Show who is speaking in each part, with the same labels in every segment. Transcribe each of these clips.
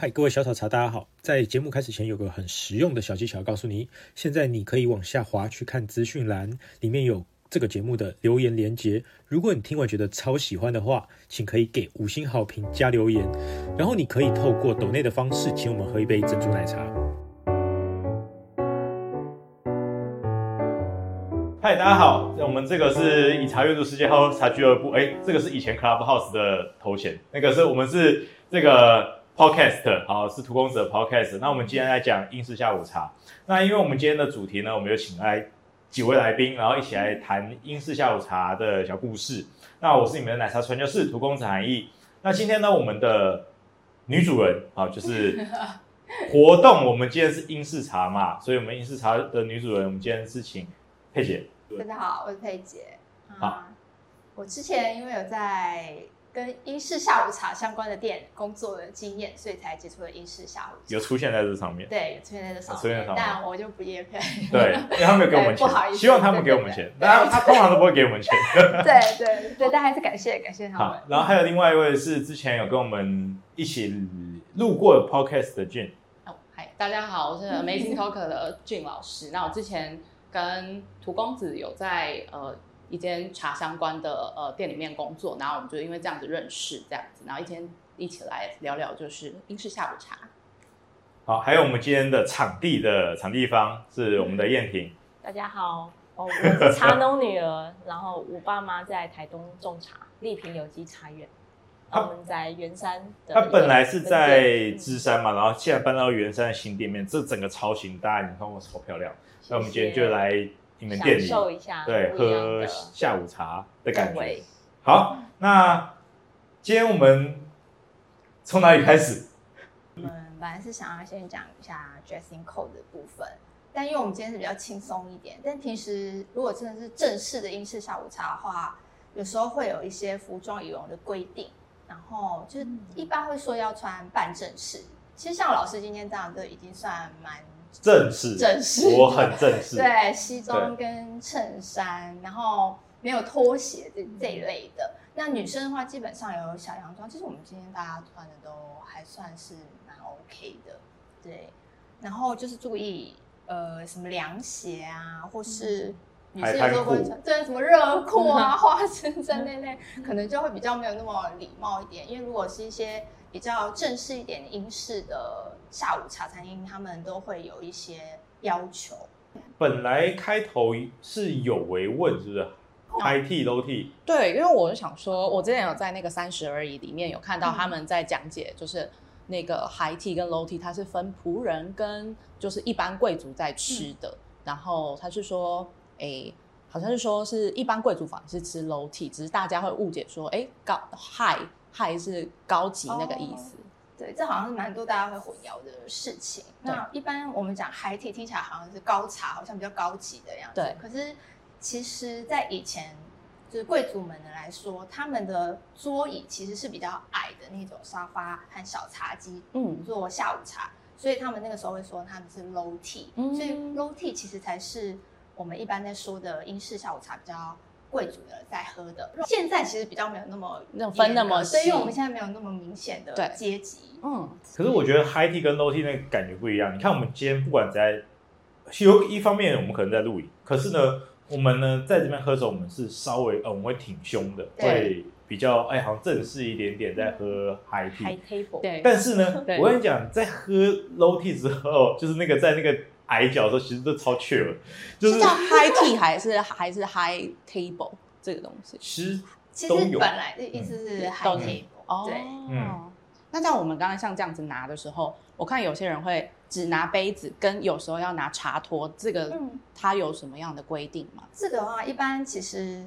Speaker 1: 嗨，各位小草茶，大家好。在节目开始前，有个很实用的小技巧，告诉你，现在你可以往下滑去看资讯栏，里面有这个节目的留言连接。如果你听完觉得超喜欢的话，请可以给五星好评加留言。然后你可以透过抖内的方式，请我们喝一杯珍珠奶茶。
Speaker 2: 嗨，大家好，我们这个是以茶阅读世界号茶俱乐部，哎、这个是以前 Clubhouse 的头衔，那个是我们是这个 Podcast，好，是涂公子的 Podcast。那我们今天来讲英式下午茶，那因为我们今天的主题呢，我们有请来几位来宾，然后一起来谈英式下午茶的小故事。那我是你们的奶茶传教士涂公子韩毅。那今天呢，我们的女主人啊，就是活动，我们今天是英式茶嘛，所以我们英式茶的女主人，我们今天是请佩姐。
Speaker 3: 大家好，我是佩姐。
Speaker 2: 好
Speaker 3: 嗯，我之前因为有在跟英式下午茶相关的店工作的经验，所以才接触了英式下午茶。
Speaker 2: 有出现在这上面。
Speaker 3: 对，有出现在这上
Speaker 2: 出现在
Speaker 3: 面
Speaker 2: 上，面
Speaker 3: 但哦我就不业配。
Speaker 2: 对，因为他们没有给我们
Speaker 3: 对不好意
Speaker 2: 钱，
Speaker 3: 思
Speaker 2: 希望他们给我们钱
Speaker 3: 对，对对
Speaker 2: 但他他通常都不会给我们 钱。
Speaker 3: 对对对，但还是感谢感谢他
Speaker 2: 好
Speaker 3: 们，。
Speaker 2: 然后还有另外一位是之前有跟我们一起录过 podcast 的 Jane，
Speaker 4: 哦嗨，大家好，我是 Amazing Talker 的俊老师。那我之前跟涂公子有在呃一间茶相关的呃店里面工作，然后我们就因为这样子认识，这样子，然后一天一起来聊聊就是英式下午茶。
Speaker 2: 好，还有我们今天的场地的场地方是我们的燕婷。
Speaker 5: 大家好，哦，我是茶农女儿，然后我爸妈在台东种茶，丽萍有机茶园，
Speaker 2: 他
Speaker 5: 然后我们在圆山的一个
Speaker 2: 他
Speaker 5: 分店。
Speaker 2: 本来是在
Speaker 5: 嗯
Speaker 2: 芝山嘛，然后现在搬到圆山的新店面，这整个超型，大家你看我超漂亮。那我们今天就来你们店
Speaker 5: 享
Speaker 2: 里，
Speaker 5: 受一下
Speaker 2: 对，
Speaker 5: 不一样
Speaker 2: 喝
Speaker 5: 的
Speaker 2: 下午茶的感
Speaker 5: 氛
Speaker 2: 觉。
Speaker 5: 围。
Speaker 2: 好，那今天我们从哪里开始？
Speaker 3: 我们嗯本来是想要先讲一下 dressing code 的部分，但因为我们今天是比较轻松一点，但平时如果真的是正式的英式下午茶的话，有时候会有一些服装仪容的规定，然后就是一般会说要穿半正式。其实像老师今天这样，就已经算蛮
Speaker 2: 正式，
Speaker 3: 正式
Speaker 2: 我很正式。
Speaker 3: 对西装跟衬衫，然后没有拖鞋这这一类的。那女生的话，基本上有小洋装，其实我们今天大家穿的都还算是蛮 OK 的，对。然后就是注意呃什么凉鞋啊，或是女生有时候会
Speaker 2: 海滩
Speaker 3: 穿对什么热裤啊、花衬衫那类，可能就会比较没有那么礼貌一点。因为如果是一些比较正式一点的英式的下午茶餐厅，他们都会有一些要求。
Speaker 2: 本来开头是有为问，是不是？开替楼替，
Speaker 4: 对，因为我是想说，我之前有在那个三十而已里面有看到他
Speaker 3: 嗯
Speaker 4: 们在讲解，就是那个 high tea 跟 low tea，它是分仆人跟就是一般贵族在
Speaker 3: 嗯
Speaker 4: 吃的。然后他是说，诶，好像是说是一般贵族反而是吃 low tea，只是大家会误解说，诶，高 high high 是高级那个意思。
Speaker 3: 对，这好像是蛮多大家会混淆的事情。那一般我们讲海体听起来好像是高茶，好像比较高级的样子。
Speaker 4: 对
Speaker 3: 可是其实，在以前就是贵族们的来说，他们的桌椅其实是比较矮的那种沙发和小茶几
Speaker 4: 嗯，
Speaker 3: 做下午茶，所以他们那个时候会说他们是 low tea，、
Speaker 4: 嗯
Speaker 3: 所以 low tea 其实才是我们一般在说的英式下午茶比较贵族的在喝的。现在其实比较没有那么
Speaker 4: 那种分那么
Speaker 3: 严格所以啊因为我们
Speaker 4: 细
Speaker 3: 现在没有那么明显的
Speaker 4: 对
Speaker 3: 阶级。
Speaker 4: 嗯，
Speaker 2: 可是我觉得 high tea 跟 low tea 那个感觉不一样。你看，我们今天不管在有一方面，我们可能在露营，可是呢，我们呢在这边喝酒，我们是稍微呃，我们会挺胸的，
Speaker 3: 对
Speaker 2: 会比较哎，好像正式一点点在喝 high tea。
Speaker 5: high table，
Speaker 4: 对，
Speaker 2: 但是呢，
Speaker 4: 对
Speaker 2: 我跟你讲，在喝 low tea 之后， 就是那个在那个矮脚的时候，其实都超 chill，就是是
Speaker 4: 叫 high tea 还是还是 high table 这个东西？
Speaker 2: 其实
Speaker 3: 其实
Speaker 2: 都
Speaker 3: 本
Speaker 2: 有。
Speaker 3: 来的意思是 high
Speaker 4: 嗯
Speaker 3: table，、
Speaker 4: 哦，
Speaker 3: 对，
Speaker 2: 嗯
Speaker 4: 那像我们刚才像这样子拿的时候，我看有些人会只拿杯子，跟有时候要拿茶托，这个
Speaker 3: 嗯。
Speaker 4: 它有什么样的规定吗？
Speaker 3: 这个的话，一般其实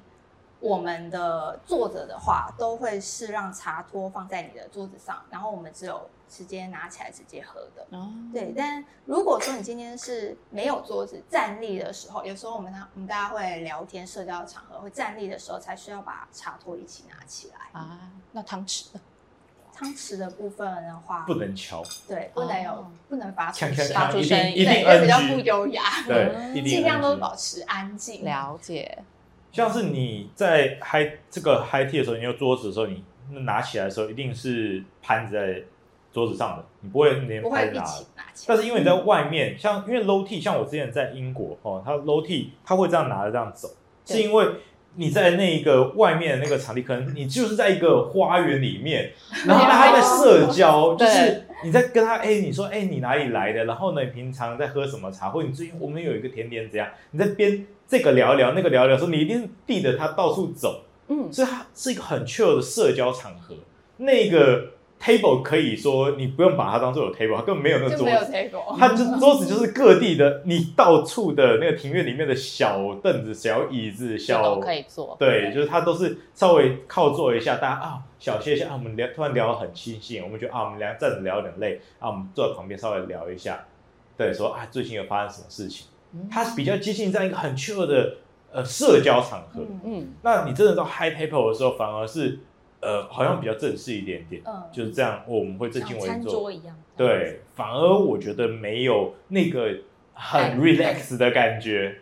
Speaker 3: 我们的作者的话，都会是让茶托放在你的桌子上，然后我们只有直接拿起来直接喝的。
Speaker 4: 哦，
Speaker 3: 对，但如果说你今天是没有桌子站立的时候，有时候我们他我们大家会聊天、社交场合会站立的时候，才需要把茶托一起拿起来。
Speaker 4: 啊，那汤匙呢
Speaker 3: 汤匙的部分的话，
Speaker 2: 不能敲，
Speaker 3: 对，不能有、
Speaker 4: 哦
Speaker 3: 不能发出
Speaker 2: 锵锵
Speaker 3: 声，
Speaker 4: 发
Speaker 2: 锵，
Speaker 4: 出
Speaker 2: 一
Speaker 4: 声
Speaker 2: 定
Speaker 4: 音
Speaker 2: 一定
Speaker 3: 对，会比较不
Speaker 2: NG，
Speaker 3: 优雅，
Speaker 2: 对，一定
Speaker 3: 尽量都
Speaker 2: NG
Speaker 3: 保持安静。
Speaker 4: 了解，
Speaker 2: 像是你在嗨这个嗨 tea 的时候，你有桌子的时候，你拿起来的时候，一定是盘子在桌子上的，你不会连
Speaker 3: 不
Speaker 2: 牌
Speaker 3: 会
Speaker 2: 子
Speaker 3: 一
Speaker 2: 拿
Speaker 3: 起拿起来
Speaker 2: 但。是因为你在外面，像因为 low T，像我之前在英国哦，他 low T 他会这样拿着这样走，
Speaker 4: 对
Speaker 2: 是因为你在那个外面的那个场地，可能你就是在一个花园里 面，然后他在社交，就
Speaker 4: 对
Speaker 2: 是你在跟他哎、你说哎、你哪里来的？然后呢，你平常在喝什么茶？或者你最近我们有一个甜点怎样？你在边这个聊一聊，那个聊一聊，说你一定避着他到处走，
Speaker 4: 嗯，
Speaker 2: 所以它是一个很 chill 的社交场合。那个 table 可以说你不用把它当做有 table，它根本没有那个
Speaker 3: 就
Speaker 2: 桌
Speaker 3: 没有
Speaker 2: 子。
Speaker 3: 结果。
Speaker 2: 它就桌子就是各地的，你到处的那个庭院里面的小凳子、小椅子、
Speaker 4: 这
Speaker 2: 小
Speaker 4: 都可以做。
Speaker 2: 对，就是它都是稍微靠坐一下，大家啊小歇一下啊，我们聊突然聊得很清醒，我们觉得啊我们俩站着聊有点累啊，我们坐在旁边稍微聊一下，对，说啊最近有发生什么事情，
Speaker 4: 嗯
Speaker 2: 它是比较接近这样一个很 chill 的呃社交场合。
Speaker 3: 嗯
Speaker 4: 嗯，
Speaker 2: 那你真的到 high table 的时候，反而是呃好像比较正式一点点，
Speaker 3: 嗯
Speaker 2: 就是这样，我们会正
Speaker 5: 像
Speaker 2: 襟危
Speaker 5: 餐
Speaker 2: 坐
Speaker 5: 桌。一样。
Speaker 2: 对，反而我觉得没有那个很 relax 的感觉。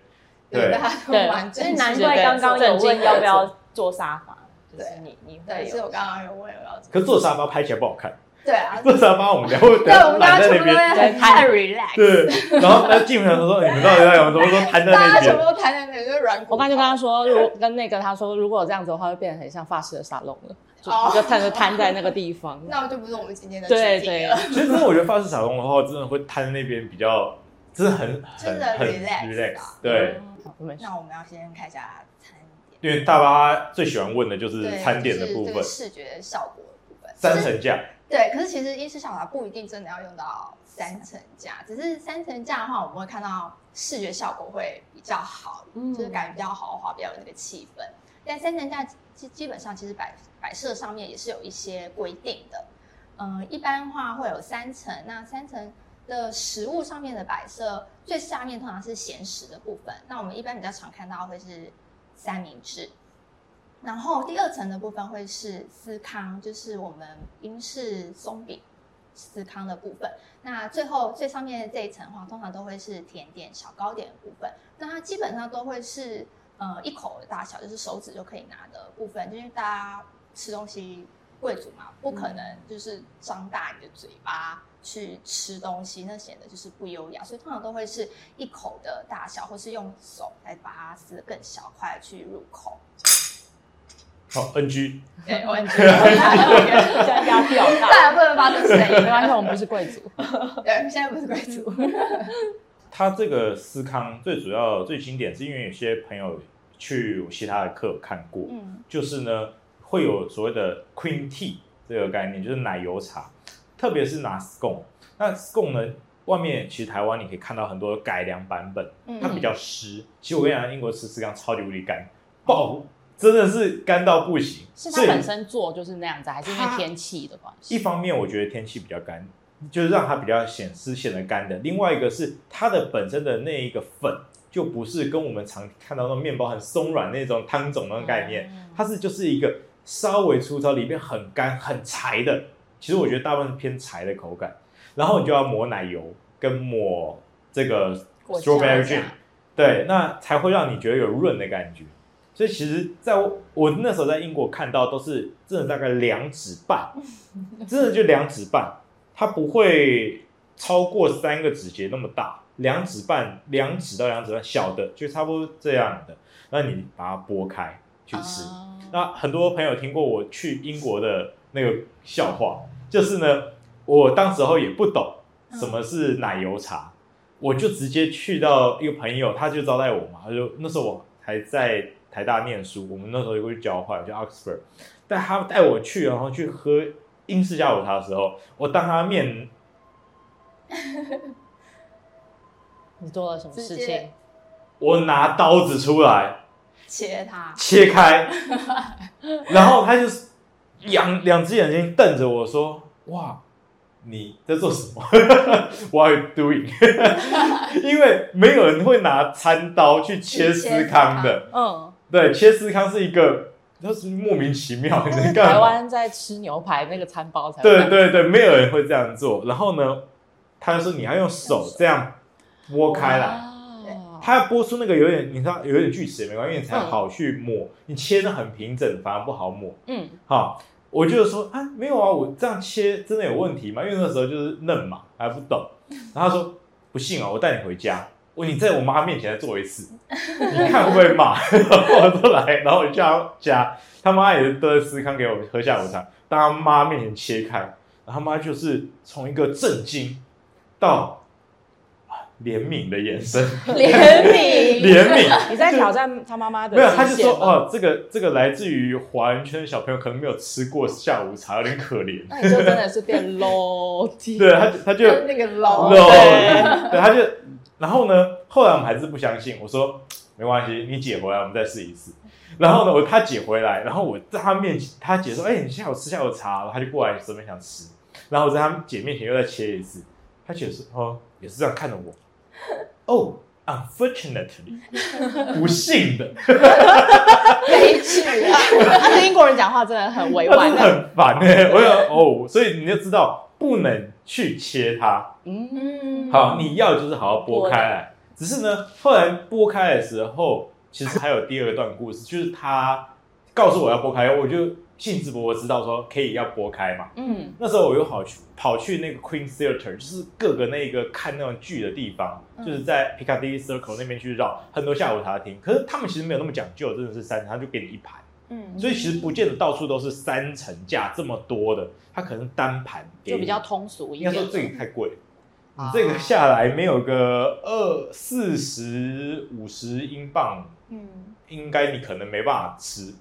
Speaker 3: 对，
Speaker 2: 对
Speaker 3: 大家都
Speaker 4: 对
Speaker 3: 蛮
Speaker 5: 这
Speaker 3: 正
Speaker 5: 样子，所以
Speaker 3: 式
Speaker 5: 难
Speaker 3: 的
Speaker 5: 怪刚刚
Speaker 4: 正
Speaker 5: 有
Speaker 4: 经
Speaker 5: 问
Speaker 4: 的
Speaker 5: 要不要坐沙发，就是
Speaker 3: 对
Speaker 5: 你你会
Speaker 3: 对，
Speaker 5: 有
Speaker 3: 是我刚刚有问有要怎么
Speaker 2: 可是坐沙发拍起来不好看，
Speaker 3: 对啊，
Speaker 2: 坐沙发我 们俩会
Speaker 3: 对，我们大
Speaker 2: 懒
Speaker 3: 家
Speaker 2: 在
Speaker 3: 全
Speaker 2: 那
Speaker 3: 部都
Speaker 2: 边。
Speaker 3: 在很太 relax，
Speaker 2: 对，然后那进门的时候，你们到底要什么？怎么说瘫在
Speaker 3: 大
Speaker 2: 那
Speaker 3: 家全部
Speaker 2: 边？
Speaker 3: 都谈在那里就是软骨。
Speaker 4: 我刚才就跟他说，如果跟那个他说，如果这样子的话，会变得很像法式的沙龙了，就
Speaker 3: 哦
Speaker 4: 就摊就摊在那个地方。
Speaker 3: 那就不是我们今天的主
Speaker 4: 对
Speaker 3: 题
Speaker 4: 对
Speaker 3: 了。，
Speaker 2: 其实真的，我觉得发式沙龙的话，真的会瘫在那边比较，真的很很
Speaker 3: 真的
Speaker 2: 很
Speaker 3: relax 啊
Speaker 2: 对，
Speaker 4: 好没事。
Speaker 3: 那我们要先看一下餐点，
Speaker 2: 因为大巴最喜欢问的就是
Speaker 3: 对
Speaker 2: 餐点的
Speaker 3: 就是
Speaker 2: 部
Speaker 3: 这
Speaker 2: 分
Speaker 3: 个，视觉效果的部分，
Speaker 2: 三
Speaker 3: 就是
Speaker 2: 层架。
Speaker 3: 对，可是其实英式小茶不一定真的要用到三层架，只是三层架的话，我们会看到视觉效果会比较好，
Speaker 5: 嗯
Speaker 3: 就是感觉比较豪华，比较有那个气氛。但三层架基基本上其实摆摆设上面也是有一些规定的，嗯、一般的话会有三层，那三层。的食物上面的摆设，最下面通常是咸食的部分。那我们一般比较常看到会是三明治，然后第二层的部分会是司康，就是我们英式松饼司康的部分。那最后最上面这一层的话，通常都会是甜点、小糕点的部分。那它基本上都会是呃一口的大小，就是手指就可以拿的部分，因为大家吃东西贵族嘛，不可能就是张大你的嘴巴去吃东西，那显得就是不优雅，所以通常都会是一口的大小，或是用手来把它撕得更小块去入口。
Speaker 2: 好，NG，
Speaker 3: 对，我很觉得，
Speaker 5: 专家表达。
Speaker 3: 再也不能发出声音
Speaker 4: 没关系，我们
Speaker 3: 了。
Speaker 4: 不是贵族。
Speaker 3: 对，现在不是贵族。
Speaker 2: 它这个思康最主要最经典是因为有些朋友去其他的课有看过，
Speaker 3: 嗯，
Speaker 2: 就是呢会有所谓的 Queen Tea 这个概念，就是奶油茶，特别是拿 scone。那 scone 呢，外面其实台湾你可以看到很多改良版本，
Speaker 3: 嗯
Speaker 2: 它比较湿。其实我跟你讲，英国吃司康超级无敌干，
Speaker 3: 哦
Speaker 2: 爆，真的是干到不行。
Speaker 4: 是
Speaker 2: 所
Speaker 4: 他
Speaker 2: 以
Speaker 4: 本身做就是那样子，还是因为
Speaker 2: 它
Speaker 4: 天气的关
Speaker 2: 一
Speaker 4: 系？
Speaker 2: 方面我觉得天气比较干，就是让它比较显丝显得干的；另外一个是它的本身的那一个粉，就不是跟我们常看到那种面包很松软那种汤种那种概念，它是就是一个稍微粗糙，里面很干很柴的。其实我觉得大部分是偏柴的口感，然后你就要抹奶油跟抹这个
Speaker 5: 果酱
Speaker 2: strawberry
Speaker 5: 这
Speaker 2: jam，
Speaker 5: 样
Speaker 2: 对，那才会让你觉得有润的感觉。所以其实在我我那时候在英国看到都是真的大概两指 半，真的就两指半，它不会超过三个指节那么大，两指半两指到两指半小的就差不多这样的，那你把它剥开去吃。
Speaker 5: 哦
Speaker 4: 啊
Speaker 2: 那很多朋友听过我去英国的那个笑话，就是呢，我当时候也不懂什么是奶油茶，我就直接去到一个朋友，他就招待我嘛，他就那时候我还在台大念书，我们那时候就会去交换，就 Oxford，但他带我去，然后去喝英式下午茶的时候，我当他面
Speaker 4: 你做了什么事
Speaker 3: 直接
Speaker 4: 情？
Speaker 2: 我拿刀子出来，
Speaker 3: 切它，
Speaker 2: 切开，然后他就是两两只眼睛瞪着我说：“哇，你在做什么 ？What are you doing？” 因为没有人会拿餐刀去切司康的，
Speaker 4: 嗯，
Speaker 2: 对，切司康是一个，就是莫名其 妙你
Speaker 4: 那
Speaker 2: 在
Speaker 4: 是
Speaker 2: 干
Speaker 4: 台
Speaker 2: 嘛？
Speaker 4: 湾在吃牛排那个餐包才会
Speaker 2: 嗯对对对，没有人会这样做。然后呢，他就说你要用手这样拨开来。
Speaker 4: 哇
Speaker 2: 它要剥出那个有点，你知道有点锯齿也没关系，因为你才好去抹。你切的很平整，反而不好抹。
Speaker 4: 嗯，
Speaker 2: 好，我就说啊，没有啊，我这样切真的有问题吗？因为那时候就是嫩嘛，还不懂。然后他说不信啊，我带你回家，我你在我妈面前再做一次，你看会不会骂？ 然后我就来，然后我就叫他夹，他妈也是都在思康给我喝下午茶，当他妈面前切开，然后他妈就是从一个震惊到啊怜悯的眼神，
Speaker 3: 怜悯，
Speaker 2: 怜悯。
Speaker 4: 你在挑战他妈妈 的
Speaker 2: 没有，他就
Speaker 4: 极限
Speaker 2: 说
Speaker 4: 吗，
Speaker 2: 哦，这个这个来自于华人圈的小朋友可能没有吃过下午茶，有点可 怜。
Speaker 4: 那你就真的是变 low 低
Speaker 2: 对，他就他就
Speaker 3: 那个楼
Speaker 2: no，
Speaker 4: 哦对
Speaker 2: 对，他就然后呢，后来我们还是不相信，我说没关系，你姐回来我们再试一次。然后呢，我他姐回来，然后我在他面前，他姐说：“哎、你下午吃下午茶。”然后他就过来准备想吃，然后我在他姐面前又再切一次，他姐说：“哦，也是这样看着 我。”哦，unfortunately，不幸的，
Speaker 3: 悲剧啊！
Speaker 4: 他跟英国人讲话真的很委
Speaker 2: 他真
Speaker 4: 婉
Speaker 2: 的。很烦哎、我有哦，所以你就知道不能去切它。
Speaker 4: 嗯，
Speaker 3: 嗯，
Speaker 2: 好，你要就是好好剥开来。只是呢，后来剥开的时候，其实还有第二段故事，就是他告诉我要剥开，我就兴致勃勃知道说可以要剥开嘛。
Speaker 4: 嗯，
Speaker 2: 那时候我又跑去跑去那个 Queen Theatre，就是各个那个看那种剧的地方，
Speaker 3: 嗯
Speaker 2: 就是在 Piccadilly Circle 那边去绕很多下午茶厅。可是他们其实没有那么讲究，真的是三，他就给你一盘，
Speaker 3: 嗯，
Speaker 2: 所以其实不见得到处都是三层架这么多的，他可能单盘给
Speaker 4: 就
Speaker 2: 你
Speaker 4: 比较通俗一
Speaker 2: 应该
Speaker 4: 点。
Speaker 2: 说这个太贵了，你
Speaker 4: 啊
Speaker 2: 这个下来没有个二四十五十英镑，
Speaker 3: 嗯，
Speaker 2: 应该你可能没办法吃。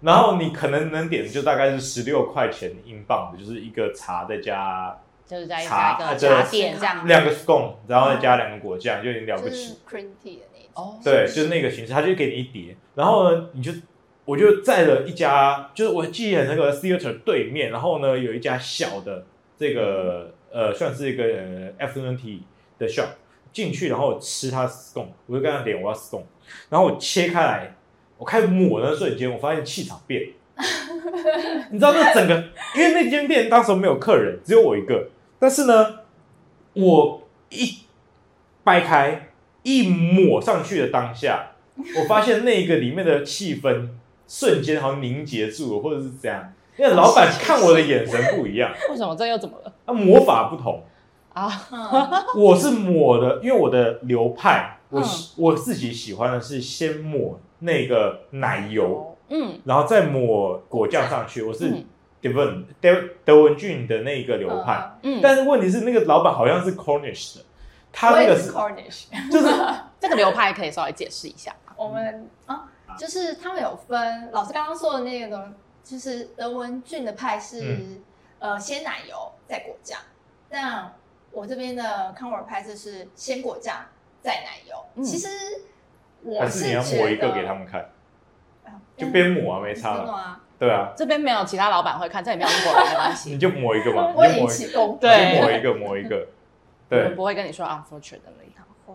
Speaker 2: 然后你可能能点就大概是十六块钱英镑的，就是一个茶再加
Speaker 4: 就是在
Speaker 2: 茶
Speaker 4: 加一个
Speaker 2: 这个
Speaker 4: 茶点啊这样。
Speaker 2: 两个 scone，然后再加两个果酱，就有点了不
Speaker 3: 就
Speaker 2: 起
Speaker 3: 是。cream tea 的那一种，
Speaker 4: 哦，
Speaker 2: 对，就是嗯那个形式，他就给你一碟，然后呢，你就我就在了一家，就是我记得那个 theater 对面，然后呢有一家小的这个呃算是一个呃 afternoon tea 的 shop，进去然后吃它的 scone，我就跟他点我要 scone，然后我切开来，我开始抹的瞬间，我发现气场 变了。你知道那整个，因为那间店当时没有客人，只有我一个。但是呢，我一掰开一抹上去的当 下，我发现那个里面的气氛瞬间好像凝结住了，或者是怎样。因为老板看我的眼神不一 样，
Speaker 4: 为什么这又怎么了
Speaker 2: 他魔法不同。
Speaker 4: 啊？
Speaker 3: 嗯
Speaker 2: 我是抹的，因为我的流派，我
Speaker 4: 嗯
Speaker 2: 喜我自己喜欢的是先抹那个奶油，
Speaker 4: 嗯
Speaker 2: 然后再抹果酱上去。我是
Speaker 4: 嗯
Speaker 2: 德文德德文郡的那个流派，
Speaker 4: 嗯，
Speaker 2: 但是问题是那个老板好像是 Cornish 的，他那个
Speaker 3: 我也是
Speaker 2: 是
Speaker 3: Cornish，
Speaker 2: 就是
Speaker 4: 这个流派可以稍微解释一下。
Speaker 3: 我们啊，就是他们有分，老师刚刚说的那个东，就是德文郡的派是、呃鲜奶油再果酱，但我这边的康沃尔派就是鲜果酱再奶油。
Speaker 4: 嗯
Speaker 3: 其实我
Speaker 2: 还是你
Speaker 3: 觉
Speaker 2: 要
Speaker 3: 得
Speaker 2: 抹一个给他们看，
Speaker 3: 啊
Speaker 2: 就边抹啊，没差
Speaker 3: 真的
Speaker 2: 了，
Speaker 3: 吗？
Speaker 2: 对啊，
Speaker 4: 这边没有其他老板会看，这里没有英国人没关
Speaker 2: 你
Speaker 4: 系，
Speaker 2: 就抹一个嘛，
Speaker 3: 我
Speaker 2: 你就
Speaker 3: 引
Speaker 2: 抹一
Speaker 3: 起公
Speaker 2: 个，
Speaker 4: 对
Speaker 2: 你就抹一个，抹一 个，
Speaker 4: 我们
Speaker 2: 对，
Speaker 4: 不会跟你说 unfortunately。
Speaker 3: 哦，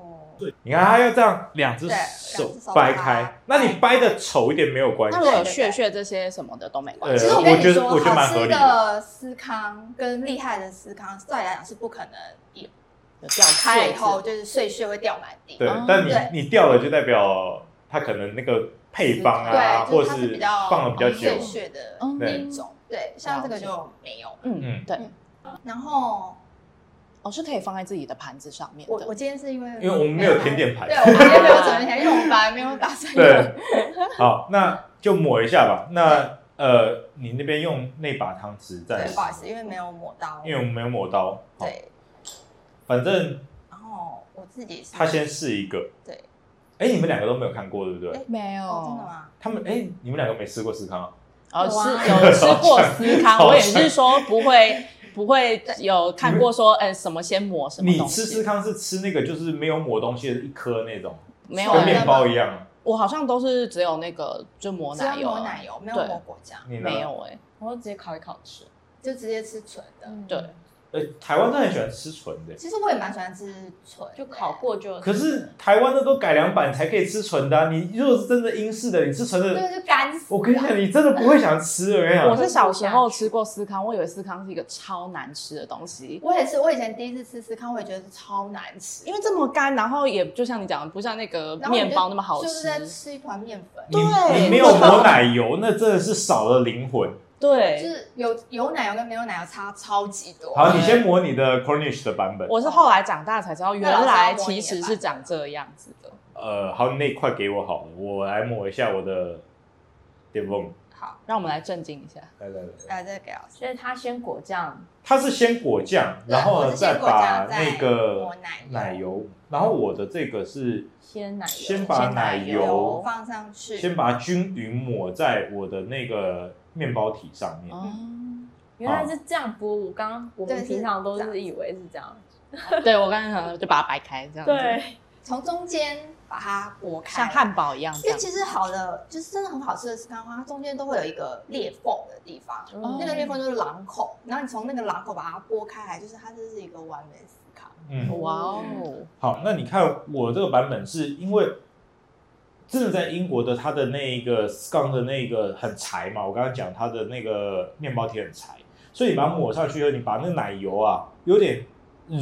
Speaker 2: 你看他要这样两只
Speaker 3: 对
Speaker 2: 手
Speaker 3: 两只手
Speaker 2: 掰
Speaker 3: 把它
Speaker 2: 开，那你掰的丑一点没有关
Speaker 4: 那如果有
Speaker 2: 系，
Speaker 4: 血血这些什么的都没关
Speaker 3: 其
Speaker 4: 系
Speaker 3: 实
Speaker 2: 呃。
Speaker 3: 我跟
Speaker 2: 我
Speaker 3: 你
Speaker 2: 觉得
Speaker 3: 说，
Speaker 2: 我觉得蛮
Speaker 3: 好
Speaker 2: 合
Speaker 3: 吃
Speaker 2: 理的
Speaker 3: 的司康跟厉害的司康，对来讲是不可能一
Speaker 4: 有掉
Speaker 3: 开了以
Speaker 4: 血
Speaker 3: 后就是碎屑会掉满地。
Speaker 2: 对
Speaker 4: 哦，
Speaker 2: 但你
Speaker 3: 嗯对
Speaker 2: 你掉了就代表他可能那个配方啊，
Speaker 3: 对，就
Speaker 2: 或
Speaker 3: 是它是
Speaker 2: 是
Speaker 3: 比较
Speaker 2: 放了比较久
Speaker 3: 碎，屑的那一种。对，像这个就没有。
Speaker 4: 嗯
Speaker 2: 嗯，
Speaker 4: 对，
Speaker 3: 然后
Speaker 4: 哦是可以放在自己的盘子上面
Speaker 3: 我我
Speaker 4: 的。
Speaker 3: 今天是因为
Speaker 2: 因为我们没有甜点盘
Speaker 3: 对，我今天没有准备甜，因为 我们本来没有 打算
Speaker 2: 对，好，那就抹一下吧。那呃，你那边用那把汤匙再，
Speaker 3: 对，不好意思，因为没有抹到。
Speaker 2: 因为我们没有抹刀。好，
Speaker 3: 对，
Speaker 2: 反正
Speaker 3: 然后我自己是
Speaker 2: 他先试一个。
Speaker 3: 对，
Speaker 2: 哎，你们两个都没有看过，对不对
Speaker 3: 哎？
Speaker 4: 没有，
Speaker 3: 哦，真的吗？
Speaker 2: 他们哎，你们两个没吃过司康啊？
Speaker 4: 哦
Speaker 3: 有啊
Speaker 4: 是有吃过司 康，
Speaker 2: 好像
Speaker 4: 我也是说不会不会有看过 说哎什么先抹什么
Speaker 2: 你
Speaker 4: 东
Speaker 2: 吃司
Speaker 4: 西，
Speaker 2: 康是吃那个就是没有抹东西的一颗那种，
Speaker 4: 没有
Speaker 3: 对
Speaker 2: 跟面
Speaker 4: 哎，
Speaker 2: 包一样。
Speaker 4: 我好像都是只有那个就抹
Speaker 3: 只有
Speaker 4: 奶油
Speaker 3: 抹
Speaker 4: 啊，
Speaker 3: 奶油，没有抹果酱，
Speaker 2: 你呢
Speaker 4: 没？有哎，
Speaker 5: 欸我就直接烤一烤吃。
Speaker 3: 就直接吃纯的。
Speaker 2: 呃，
Speaker 4: 对，
Speaker 2: 台湾真的很喜欢吃纯的，
Speaker 3: 其实我也蛮喜欢吃纯的，
Speaker 5: 就烤过就。
Speaker 2: 可是台湾的都改良版才可以吃纯的啊。你如果是真的英式的，你吃 纯
Speaker 3: 对，
Speaker 2: 的，
Speaker 3: 就干死。
Speaker 2: 我跟你讲，你真的不会想吃，我跟你讲。
Speaker 4: 我是小时候吃过司康，我以为司康是一个超难吃的东西，
Speaker 3: 我也是，我以前第一次吃司康，我也觉得超难吃，
Speaker 4: 因为这么干，然后也就像你讲的，不像那个
Speaker 3: 然后我
Speaker 4: 面
Speaker 3: 就
Speaker 4: 包那么好
Speaker 3: 就是在
Speaker 4: 吃。
Speaker 3: 吃一团面粉。
Speaker 2: 你
Speaker 4: 对
Speaker 2: 你没有抹奶油，那真的是少了灵魂。
Speaker 3: 就
Speaker 4: 对，
Speaker 3: 是有有奶油跟没有奶油差超级多。
Speaker 2: 好，你先模拟的 Cornish 的版本。
Speaker 4: 我是后来长大才知道，原
Speaker 3: 那
Speaker 5: 啊
Speaker 3: 老师要
Speaker 4: 来
Speaker 3: 模拟
Speaker 4: 其实
Speaker 3: 的吧
Speaker 4: 是长这样子的。
Speaker 2: 呃，好，你那一块给我好了，我来抹一下我的 Devon。
Speaker 3: 好，
Speaker 4: 让我们来震惊一下，
Speaker 2: 来来来，
Speaker 3: 来这个给老师。
Speaker 5: 所以它先果酱，
Speaker 2: 它是先果酱，
Speaker 3: 对
Speaker 2: 然后
Speaker 3: 我
Speaker 2: 呢
Speaker 3: 是先
Speaker 2: 再
Speaker 3: 果酱
Speaker 2: 把那
Speaker 3: 再
Speaker 2: 个
Speaker 3: 抹奶油
Speaker 2: 奶油，然后我的这个是
Speaker 5: 鲜奶油
Speaker 2: 先把奶油
Speaker 3: 放上去，
Speaker 2: 先把它均匀抹在我的那个面包体上面。
Speaker 4: 哦，
Speaker 5: 原来是这样剥。我刚刚我
Speaker 3: 对
Speaker 5: 们
Speaker 3: 是
Speaker 5: 平常都
Speaker 3: 这样
Speaker 5: 是以为是这 样，
Speaker 4: 对我刚才想说就把它掰开这样子，，
Speaker 3: 从中间把它剥开，
Speaker 4: 像汉堡一样这
Speaker 3: 因为
Speaker 4: 样。
Speaker 3: 其实好的，就是真的很好吃的石干花，它中间都会有一个裂缝的地方，
Speaker 5: 嗯
Speaker 3: 那个裂缝就是狼口，然后你从那个狼口把它剥开来，就是它这是一个完美的思考。
Speaker 2: 嗯，
Speaker 4: 哇哦，
Speaker 2: 好，那你看我这个版本是因为真的在英国的它的那一个 scone 的那个很柴嘛，我刚刚讲它的那个面包体很柴，所以你把它抹上去以后，你把那个奶油啊有点嗯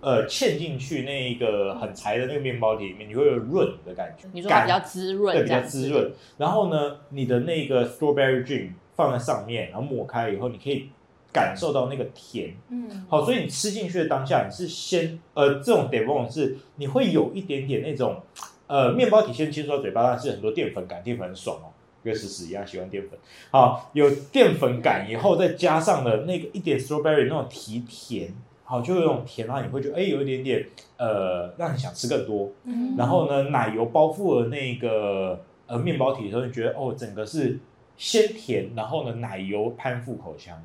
Speaker 2: 呃嵌进去那一个很柴的那个面包体里面，你会有润的感觉，
Speaker 4: 你说它比较
Speaker 2: 感
Speaker 4: 滋润，
Speaker 2: 对比
Speaker 4: 这
Speaker 2: 较
Speaker 4: 样子
Speaker 2: 滋润。。然后呢，你的那个 strawberry jam 放在上面，然后抹开以后，你可以感受到那个甜
Speaker 3: 嗯，
Speaker 2: 好，所以你吃进去的当下，你是先呃，这种 devon 是你会有一点点那种呃，面包体先接触到嘴巴，但是很多淀粉感，淀粉很爽哦，跟石石一样喜欢淀粉。好，有淀粉感以后，再加上了那个一点 strawberry 那种提甜，好，就有一种甜啊，你会觉得哎、有一点点呃，让你想吃更多。
Speaker 3: 嗯
Speaker 2: 然后呢，奶油包覆了那个呃面包体的时候，你觉得哦，整个是鲜甜，然后呢，奶油攀附口腔。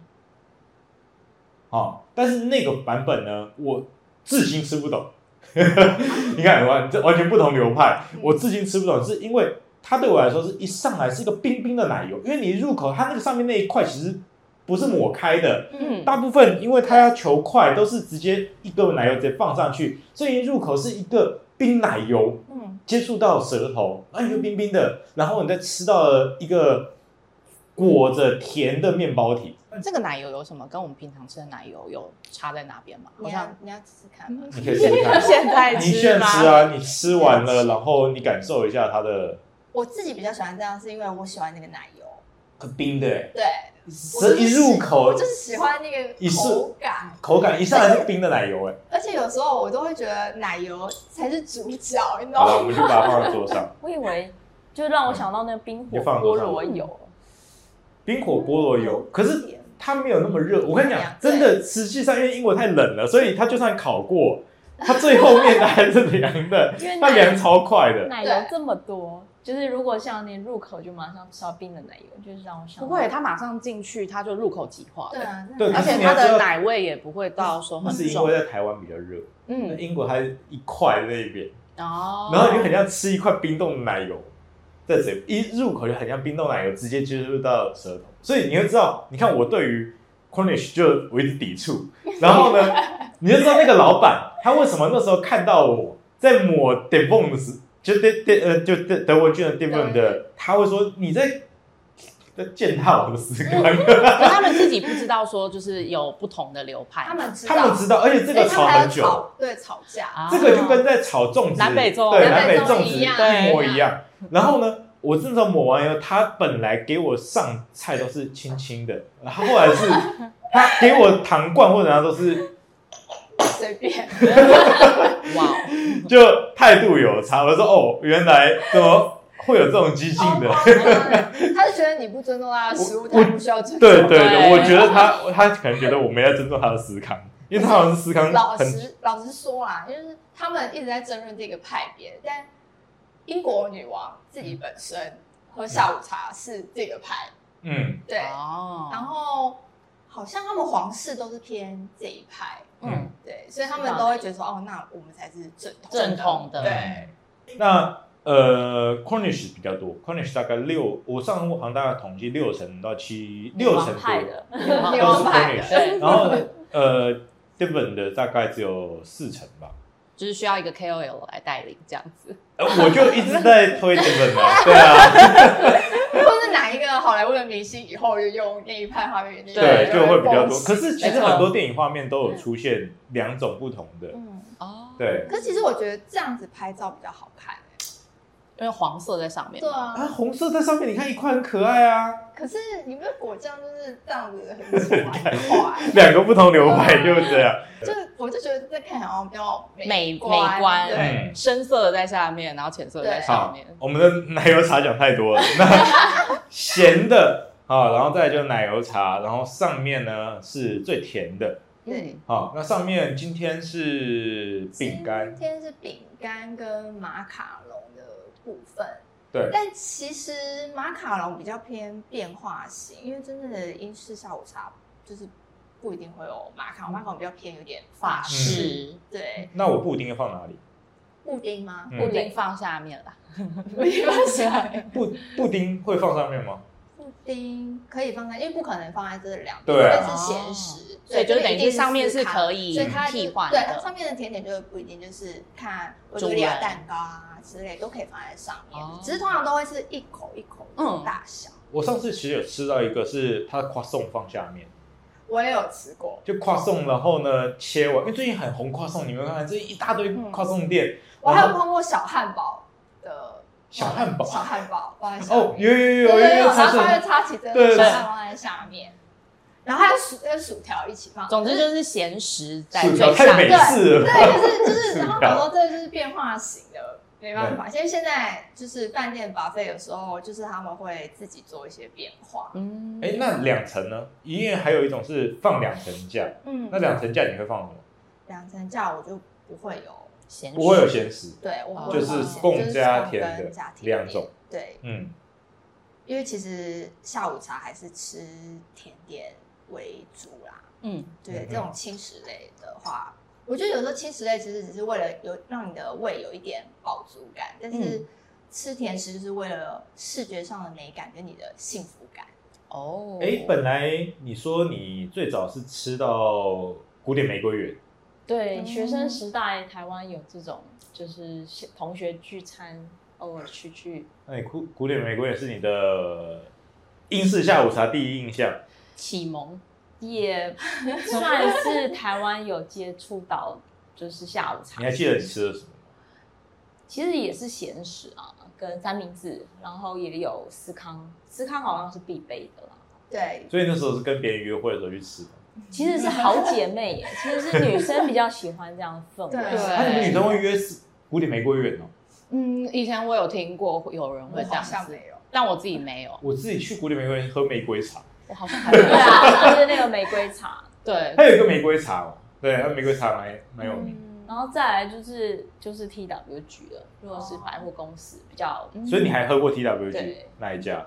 Speaker 2: 哦，但是那个版本呢，我至今吃不懂。 你看，完这完全不同流派，我至今吃不懂，是因为它对我来说是一上来是一个冰冰的奶油，因为你一入口，它那个上面那一块其实不是抹开的，
Speaker 4: 嗯，
Speaker 2: 大部分因为它要求快，都是直接一个奶油直接放上去，所以一入口是一个冰奶油
Speaker 3: 嗯，
Speaker 2: 接触到舌头，那你就冰冰的，然后你再吃到了一个裹着甜的面包体。
Speaker 4: 这个奶油有什么跟我们平常吃的奶油有差在哪边吗？好
Speaker 3: 你要
Speaker 4: 像嗯
Speaker 3: 你要试试看吗？
Speaker 2: 你可以试试 看
Speaker 4: 现在
Speaker 2: 啊你现在
Speaker 4: 吃吗？
Speaker 2: 吃啊，你吃完了，然后你感受一下它的
Speaker 3: 我自己比较喜欢这样，是因为我喜欢那个奶油，
Speaker 2: 很冰的、欸，
Speaker 3: 对，我
Speaker 2: 这
Speaker 3: 就是
Speaker 2: 一入口
Speaker 3: 我就是喜欢那
Speaker 2: 一
Speaker 3: 个
Speaker 2: 试
Speaker 3: 口感，
Speaker 2: 口感一上来是冰的奶 油、欸，
Speaker 3: 而且有时候我都会觉得奶油才是主角，你知
Speaker 2: 好了，
Speaker 3: 道
Speaker 2: 我
Speaker 3: 吗？
Speaker 2: 们就把它放在桌上。
Speaker 5: 我以为就让我想到那个冰火
Speaker 2: 你放
Speaker 5: 菠
Speaker 2: 多少
Speaker 5: 萝油，，
Speaker 2: 冰火菠萝油，可是它没有那么热。我跟你讲
Speaker 3: 对啊，
Speaker 2: 真的，实际上因为英国太冷了，所以它就算烤过，它最后面的还是凉的
Speaker 5: 因为
Speaker 2: 它凉
Speaker 5: 奶
Speaker 2: 超快的。
Speaker 5: 奶油这么多，就是如果像你入口就马上吃到冰的奶油，就是让我想到
Speaker 4: 不会，它马上进去，它就入口即化
Speaker 3: 对
Speaker 4: 了，
Speaker 3: 啊，
Speaker 2: 对
Speaker 4: 而
Speaker 2: 可是
Speaker 4: 且
Speaker 2: 你要
Speaker 4: 它
Speaker 2: 知道
Speaker 4: 的奶味也不会到说
Speaker 2: 那
Speaker 4: 很
Speaker 2: 是因
Speaker 4: 重
Speaker 2: 为，在台湾比较热，那
Speaker 4: 嗯，
Speaker 2: 英国它是一块在那边，
Speaker 4: 哦，
Speaker 2: 然后你就很像吃一块冰冻奶油，在嘴一入口就很像冰冻奶油，直接接触到舌头，所以你会知道，你看我对于 Cornish 就我一直抵触，然后呢， 你就知道那个老板他为什么那时候看到我在抹 Devon 的时，就德德呃就德德文郡的 Devon 的，他会说你在在践踏我的时 光，
Speaker 4: 可是他们自己不知道说就是有不同的流派，
Speaker 3: 他们知道，
Speaker 2: 他们知道，而且这个
Speaker 3: 哎他
Speaker 2: 吵
Speaker 3: 们还
Speaker 2: 很
Speaker 3: 要
Speaker 2: 久，
Speaker 3: 吵，对，吵架，
Speaker 4: 啊
Speaker 2: 这个就跟在炒粽子，
Speaker 4: 南北粽
Speaker 2: 对
Speaker 3: 南
Speaker 2: 南
Speaker 3: 北
Speaker 2: 北
Speaker 3: 粽
Speaker 2: 粽子
Speaker 3: 一
Speaker 2: 一
Speaker 3: 样
Speaker 2: 模一样。然后呢，我正常抹完以后，他本来给我上菜都是轻轻的，然后后来是 他给我糖罐或者他都是
Speaker 3: 随 便。
Speaker 4: 哇哦，
Speaker 2: 就态度有差。我就说哦，原来怎么会有这种激进
Speaker 3: 哦
Speaker 2: 的？
Speaker 3: 他是觉得你不尊重他的食物，
Speaker 2: 我
Speaker 3: 他不需要尊重。
Speaker 2: 对对对，
Speaker 4: 对
Speaker 2: 我觉得他他可能觉得我没在尊重他的思康，因为他好像是思康
Speaker 3: 老
Speaker 2: 很
Speaker 3: 实老实说啦，就是他们一直在争论这个派别，但英国女王自己本身喝下午茶是这个派，
Speaker 2: 嗯
Speaker 3: 对。
Speaker 4: 哦，
Speaker 3: 然后好像他们皇室都是偏这一派，
Speaker 2: 嗯
Speaker 4: 嗯，
Speaker 3: 对，所以他们都会觉得说，哦，那我们才是正统的
Speaker 4: 正统的
Speaker 3: 对，
Speaker 2: 那呃，Cornish 比较多，Cornish 大概六，我上次好像大概统计六成到七，六成
Speaker 5: 王派
Speaker 2: 多。
Speaker 5: 的，
Speaker 3: 女
Speaker 2: 都是
Speaker 3: 王派的，
Speaker 4: 对，
Speaker 2: 然后呢，呃，Devon 的大概只有四成吧。
Speaker 4: 就是需要一个 KOL 来带领这样子，
Speaker 2: 呃，我就一直在推 Devon 啊， 对啊，
Speaker 3: 或是哪一个好莱坞的明星以后就用那一派画面，那一派
Speaker 2: 对，就会比较多。
Speaker 3: 风
Speaker 2: 可是其
Speaker 4: 没
Speaker 2: 实
Speaker 4: 错
Speaker 2: 很多电影画面都有出现两种不同的，
Speaker 3: 嗯，
Speaker 4: 哦，
Speaker 2: 对
Speaker 3: 可是其实我觉得这样子拍照比较好看、欸
Speaker 4: 因为黄色在上面
Speaker 3: 对
Speaker 4: 嘛。
Speaker 3: 啊，
Speaker 2: 啊，红色在上面，你看一块很可爱啊，
Speaker 3: 可是你们果酱就是这样子很奇怪，很怪
Speaker 2: 两个不同流派就是这样。
Speaker 3: 啊就我就觉得这看起来好像比较
Speaker 4: 美美
Speaker 3: 观，
Speaker 4: 观
Speaker 3: 对嗯
Speaker 2: 嗯
Speaker 4: 深色的在下面，然后浅色的在上面。
Speaker 2: 我们的奶油茶讲太多了， 那咸的啊、然后再来就是奶油茶，然后上面呢是最甜的
Speaker 4: 嗯
Speaker 3: 对，
Speaker 2: 啊、那上面今天是饼干
Speaker 3: 今，天是饼干跟马卡龙的部分，
Speaker 2: 对，
Speaker 3: 但其实马卡龙比较偏变化型，因为真正的英式下午茶就是不一定会有马
Speaker 2: 嗯
Speaker 3: 卡龙，马卡龙比较偏有点
Speaker 4: 法
Speaker 3: 法式。
Speaker 4: 式
Speaker 3: 对，
Speaker 2: 那我布丁要放哪里？
Speaker 3: 布丁吗？
Speaker 4: 布
Speaker 2: 嗯，
Speaker 4: 丁放下面 啦，
Speaker 3: 布丁放下 来，
Speaker 2: 布布丁会放上面吗？
Speaker 3: 布丁可以放在，因为不可能放在这两边，
Speaker 2: 对啊
Speaker 3: 但是咸食，
Speaker 4: 所以就
Speaker 3: 这个
Speaker 4: 等
Speaker 3: 一
Speaker 4: 于
Speaker 3: 定
Speaker 4: 是上面是
Speaker 3: 卡
Speaker 4: 可以
Speaker 3: 所以它就
Speaker 4: 替换
Speaker 3: 对它上
Speaker 4: 的。
Speaker 3: 面的甜点就不一定，就是看维
Speaker 4: 中
Speaker 3: 多利亚
Speaker 4: 文
Speaker 3: 蛋糕啊之类都可以放在上面，
Speaker 4: 哦
Speaker 3: 只是通常都会是一口一口
Speaker 4: 嗯
Speaker 3: 的大小。
Speaker 2: 我上次其实有吃到一个是它夸送放下面，
Speaker 3: 我也有吃过，
Speaker 2: 就夸送，然后呢切完，因为最近很红夸送，你们看这一大堆夸送店，
Speaker 3: 我还
Speaker 2: 然
Speaker 3: 有
Speaker 2: 后
Speaker 3: 碰过小汉堡的
Speaker 2: 小汉堡
Speaker 3: 小汉堡放在下面
Speaker 2: 哦，有有有有
Speaker 3: 对
Speaker 2: 有
Speaker 3: 对对，
Speaker 2: 有，
Speaker 3: 然后它
Speaker 2: 它
Speaker 3: 会
Speaker 2: 是
Speaker 3: 插起这
Speaker 2: 对
Speaker 3: 个
Speaker 2: 对
Speaker 3: 小
Speaker 2: 对
Speaker 3: 汉堡放在下面，然后还有薯跟薯条一起放，
Speaker 4: 总之就是咸食在
Speaker 2: 薯
Speaker 4: 最
Speaker 2: 条
Speaker 4: 上
Speaker 2: 太美
Speaker 4: 面。
Speaker 2: 式了吧。
Speaker 3: 对，可是就是，然后
Speaker 2: 薯条
Speaker 3: 很多这就是变化型的，没办法。因为现在就是饭店 buffet 有时候就是他们会自己做一些变化，
Speaker 4: 嗯，
Speaker 2: 哎，那两层呢？一定还有一种是放两层架，
Speaker 3: 嗯
Speaker 2: 那两层架你会放什么？
Speaker 3: 两层架我就不会有，
Speaker 4: 咸食
Speaker 2: 不会有咸食，
Speaker 3: 对我不
Speaker 4: 就是
Speaker 3: 会放咸
Speaker 2: 贡
Speaker 3: 就是
Speaker 2: 加
Speaker 3: 贡
Speaker 2: 甜
Speaker 3: 跟
Speaker 2: 的
Speaker 3: 加甜
Speaker 2: 两
Speaker 3: 点
Speaker 2: 种，
Speaker 3: 对，
Speaker 2: 嗯，
Speaker 3: 因为其实下午茶还是吃甜点为主啦。
Speaker 4: 嗯，
Speaker 3: 对
Speaker 2: 嗯，
Speaker 3: 这种轻食类的话，我觉得有时候轻食类其实只是为了有让你的胃有一点饱足感，但是
Speaker 2: 嗯
Speaker 3: 吃甜食就是为了视觉上的美感跟你的幸福感。
Speaker 4: 哦，
Speaker 2: 哎，本来你说你最早是吃到古典玫瑰园，
Speaker 5: 对，
Speaker 4: 嗯
Speaker 5: 学生时代台湾有这种，就是同学聚餐，偶尔去去，
Speaker 2: 那你古古典玫瑰园是你的英式下午茶第一印象，
Speaker 4: 启蒙
Speaker 5: 也 算是台湾有接触到，就是下午茶。
Speaker 2: 你还记得你吃了什么吗？
Speaker 5: 其实也是咸食啊，跟三明治，然后也有司康，司康好像是必备的啦。
Speaker 3: 对，
Speaker 2: 所以那时候是跟别人约会的时候去吃的。
Speaker 5: 其实是好姐妹 耶，其实是女生比较喜欢这样的氛
Speaker 3: 对
Speaker 2: 啊那、你们女
Speaker 5: 围。啊
Speaker 2: 生会约古典玫瑰园哦？
Speaker 4: 嗯，以前我有听过有人会这
Speaker 3: 好
Speaker 4: 样
Speaker 3: 像
Speaker 4: 子，
Speaker 3: 没有。
Speaker 4: 但我自己没有，
Speaker 2: 我自己去古典玫瑰园喝玫瑰茶，
Speaker 4: 我好 像还没有
Speaker 5: 对啊，就是那个玫瑰茶。
Speaker 4: 对，
Speaker 2: 它有一个玫瑰茶哦，对，它玫瑰茶蛮蛮有名。
Speaker 3: 嗯
Speaker 5: 然后再来就是就是 TWG 了，如果是百货公司比较，
Speaker 4: 嗯
Speaker 2: 所以你还喝过 TWG
Speaker 5: 对
Speaker 2: 哪一家？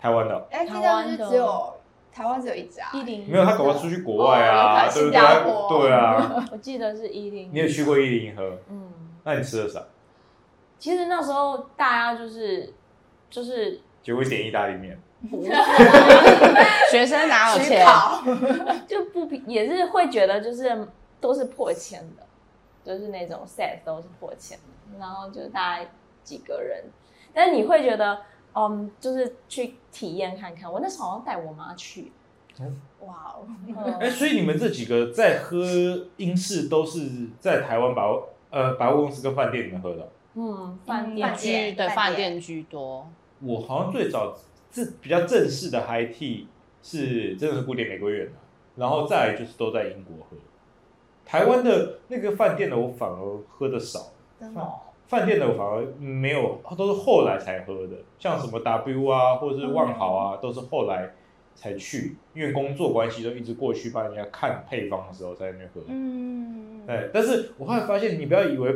Speaker 2: 台湾的哦、
Speaker 3: 哎，
Speaker 5: 台
Speaker 3: 听
Speaker 5: 湾
Speaker 3: 到
Speaker 5: 的
Speaker 3: 就只有台湾只有一啊家，
Speaker 5: 一零
Speaker 2: 没有，他搞不好出去国外啊，
Speaker 3: 哦
Speaker 2: 对不
Speaker 3: 新
Speaker 2: 对
Speaker 3: 加坡？
Speaker 2: 对啊，
Speaker 5: 我记得是一零。
Speaker 2: 你也去？过一零喝，
Speaker 5: 嗯，
Speaker 2: 那你吃了啥？
Speaker 5: 其实那时候大家就是就是
Speaker 2: 结果点意大利面，
Speaker 4: 学生哪有
Speaker 3: 吃
Speaker 4: 钱？
Speaker 3: 烤
Speaker 5: 就不比也是会觉得就是都是破千的，就是那种 set 都是破千的，然后就大概几个人，但是你会觉得，嗯，就是去体验看看。我那时候好像带我妈去，
Speaker 3: 哇 哦，
Speaker 2: 哎、
Speaker 5: 嗯、
Speaker 2: 所以你们这几个在喝英式都是在台湾百货呃百货公司跟饭店里面喝的哦。
Speaker 5: 嗯，
Speaker 3: 嗯
Speaker 5: 饭店
Speaker 3: 饭店
Speaker 4: 居对
Speaker 3: 饭
Speaker 4: 饭
Speaker 3: 店
Speaker 4: 店居多，
Speaker 2: 我好像最早这比较正式的 high tea 是真的是古典玫瑰园的，啊然后再来就是都在英国喝。台湾的那个饭店的我反而喝的少，
Speaker 3: 真的哦
Speaker 2: 饭店的我反而没有，都是后来才喝的，像什么 W 啊，或者是万豪啊，都是后来才去，因为工作关系都一直过去帮人家看配方的时候在那边喝。
Speaker 3: 嗯，
Speaker 2: 对，哎但是我后来发现，你不要以为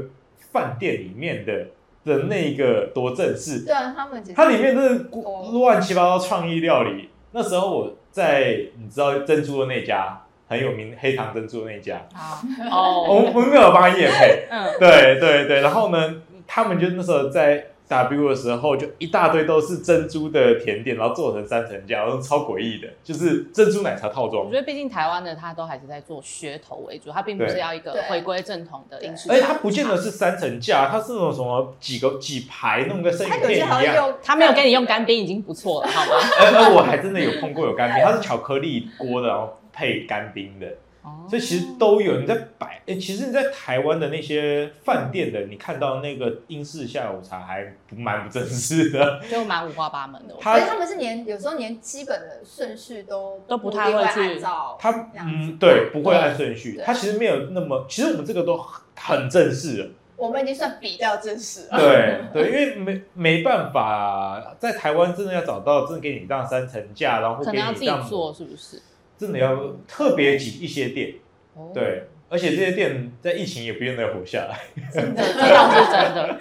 Speaker 2: 饭店里面的的那个多正式，
Speaker 3: 对啊，他们其实
Speaker 2: 它里面真的
Speaker 3: 哦
Speaker 2: 乱七八糟创意料理。那时候我在你知道珍珠的那家很有名，黑糖珍珠的那家，
Speaker 4: 好
Speaker 2: 我
Speaker 4: 哦，
Speaker 2: 们我们没有帮他夜 配，
Speaker 4: 嗯，
Speaker 2: 对对对。然后呢，他们就那时候在 W 的时候，就一大堆都是珍珠的甜点，然后做成三层架，然后超诡异的，就是珍珠奶茶套
Speaker 4: 我
Speaker 2: 装
Speaker 4: 觉。得毕竟台湾的它都还是在做噱头为主，它并不
Speaker 2: 对
Speaker 4: 是要一个
Speaker 3: 对
Speaker 4: 回归正统的饮食
Speaker 2: 而
Speaker 4: 文
Speaker 2: 且
Speaker 4: 化。
Speaker 2: 哎它不见得是三层架，它是那种什么几个几排弄个生
Speaker 3: 他
Speaker 2: 鱼
Speaker 3: 有些
Speaker 2: 片
Speaker 3: 还
Speaker 2: 一
Speaker 3: 会
Speaker 2: 样。
Speaker 3: 用，
Speaker 4: 他没有给你用干冰已经不错了，好吗？
Speaker 2: 而而我还真的有碰过有干冰，它是巧克力锅的，然后配干冰的。
Speaker 4: 哦
Speaker 2: 所以其实都有你在摆。诶其实你在台湾的那些饭店的，你看到那个英式下午茶还不蛮不正式的，
Speaker 4: 就蛮五花八门的。我
Speaker 2: 他
Speaker 3: 所以他们是连有时候连基本的顺序都
Speaker 4: 都不太
Speaker 3: 一定
Speaker 4: 会
Speaker 3: 会
Speaker 4: 去
Speaker 3: 按照
Speaker 2: 他
Speaker 3: 这样子
Speaker 2: 嗯对不会按顺序
Speaker 3: 对，
Speaker 2: 他其实没有那么，其实我们这个都很很正式了。
Speaker 3: 我们已经算比较真实 了。
Speaker 2: 对对，因为没没办法，在台湾真的要找到真的给你这样三层架，然后
Speaker 4: 可
Speaker 2: 给
Speaker 4: 能要
Speaker 2: 你
Speaker 4: 自
Speaker 2: 这
Speaker 4: 己
Speaker 2: 样
Speaker 4: 做，是不是？
Speaker 2: 真的要特别挤一些店，
Speaker 4: 哦，
Speaker 2: 对，而且这些店在疫情也不见得活下来。
Speaker 4: 真的，这倒是真的。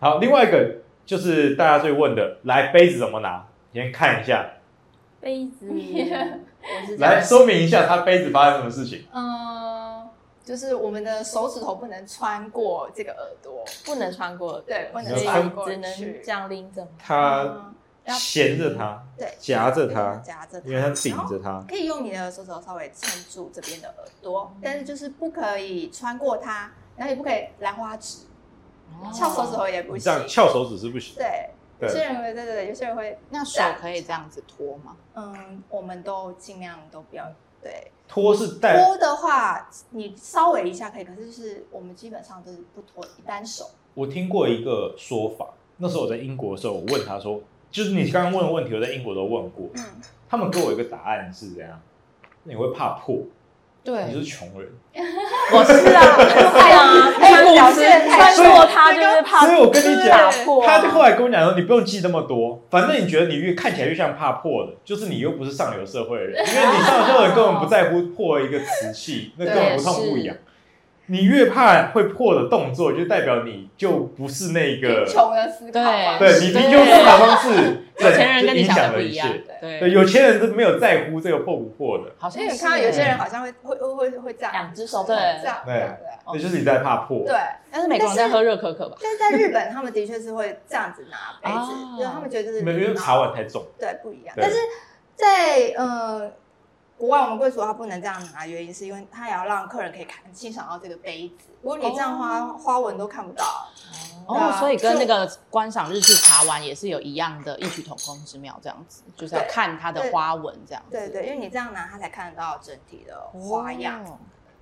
Speaker 2: 好，另外一个就是大家最问的，来杯子怎么拿？先看一下，
Speaker 5: 杯子嗯
Speaker 3: 我是这样
Speaker 2: 来说明一下它杯子发生什么事情。
Speaker 3: 嗯，就是我们的手指头不能穿过这个耳朵，
Speaker 5: 不能穿过，
Speaker 3: 对不能
Speaker 5: 所以
Speaker 2: 穿
Speaker 3: 过
Speaker 5: 啊只
Speaker 3: 去
Speaker 5: 能这样拎着。
Speaker 2: 它
Speaker 3: 嗯要
Speaker 2: 衔着
Speaker 4: 哦
Speaker 2: 它，
Speaker 3: 对
Speaker 2: 夹着它
Speaker 3: 夹着它，
Speaker 2: 因为它顶
Speaker 3: 然后
Speaker 2: 着它。
Speaker 3: 可以用你的手指头稍微撑住这边的耳朵，
Speaker 2: 嗯
Speaker 3: 但是就是不可以穿过它，然后也不可以兰花指，
Speaker 2: 哦
Speaker 3: 翘手指头也不
Speaker 2: 你这
Speaker 3: 行
Speaker 2: 样。翘手指是不行。
Speaker 3: 对，有些
Speaker 2: 对，
Speaker 3: 人会，对对对，有些人会，
Speaker 4: 那手可以这样子拖吗？
Speaker 3: 嗯，我们都尽量都不要。对，
Speaker 2: 拖是带，
Speaker 3: 拖的话，你稍微一下可以，可是就是我们基本上都是不拖，单手。
Speaker 2: 我听过一个说法，那时候我在英国的时候，我问他说，就是你刚刚问的问题，我在英国都问过，
Speaker 3: 嗯，
Speaker 2: 他们给我一个答案是怎样？你会怕破，你就
Speaker 4: 对，
Speaker 2: 是穷人。
Speaker 4: 我是啊，
Speaker 5: 对啊，
Speaker 3: 哎表
Speaker 5: 穿
Speaker 3: 现太
Speaker 5: 穿过它就是怕，
Speaker 2: 所以我跟你讲
Speaker 5: 打破啊
Speaker 2: 他就后来跟我讲说，你不用记那么多，反正你觉得你越看起来越像怕破的，就是你又不是上流社会的人，因为你上流社会人根本不在乎破一个瓷器，那根本不痛不痒。你越怕会破的动作，就代表你就不是那个
Speaker 3: 贫，穷的思考啊方
Speaker 2: 对
Speaker 3: 式。
Speaker 2: 你贫穷思考方式，
Speaker 4: 有钱人
Speaker 2: 对
Speaker 4: 跟你
Speaker 2: 影
Speaker 4: 想
Speaker 2: 响
Speaker 4: 的
Speaker 2: 了
Speaker 4: 不
Speaker 2: 一
Speaker 4: 一样
Speaker 2: 切。。对，
Speaker 4: 对，
Speaker 2: 有钱人是没有在乎这个破不破的，
Speaker 4: 好
Speaker 3: 所
Speaker 4: 像
Speaker 3: 以
Speaker 4: 是
Speaker 3: 你看到有些人
Speaker 4: 欸
Speaker 3: 好像会会会会会这样，
Speaker 5: 两只手
Speaker 3: 这样
Speaker 4: 对
Speaker 3: 这样
Speaker 2: 对
Speaker 3: 这样这样
Speaker 4: 哦
Speaker 2: 那就是你在怕破。
Speaker 3: 对，
Speaker 4: 但是美国人在喝热可可吧？
Speaker 3: 但是在日本，他们的确是会这样子拿杯
Speaker 4: 哦
Speaker 3: 子，就是他们觉得就是
Speaker 2: 没有，因为茶碗太重。
Speaker 3: 对不一样。
Speaker 2: 对
Speaker 3: 但是在呃国外，我们贵族他不能这样拿，原因是因为他也要让客人可以看欣赏到这个杯子。如果你这样花、花纹都看不到，对
Speaker 4: 哦，
Speaker 3: 啊
Speaker 4: 所以跟那个观赏日式茶碗也是有一样的异曲同工之妙，这样子就是要看它的花纹这样子。
Speaker 3: 对对，因为你这样拿，他才看得到整体的花样。
Speaker 4: 哦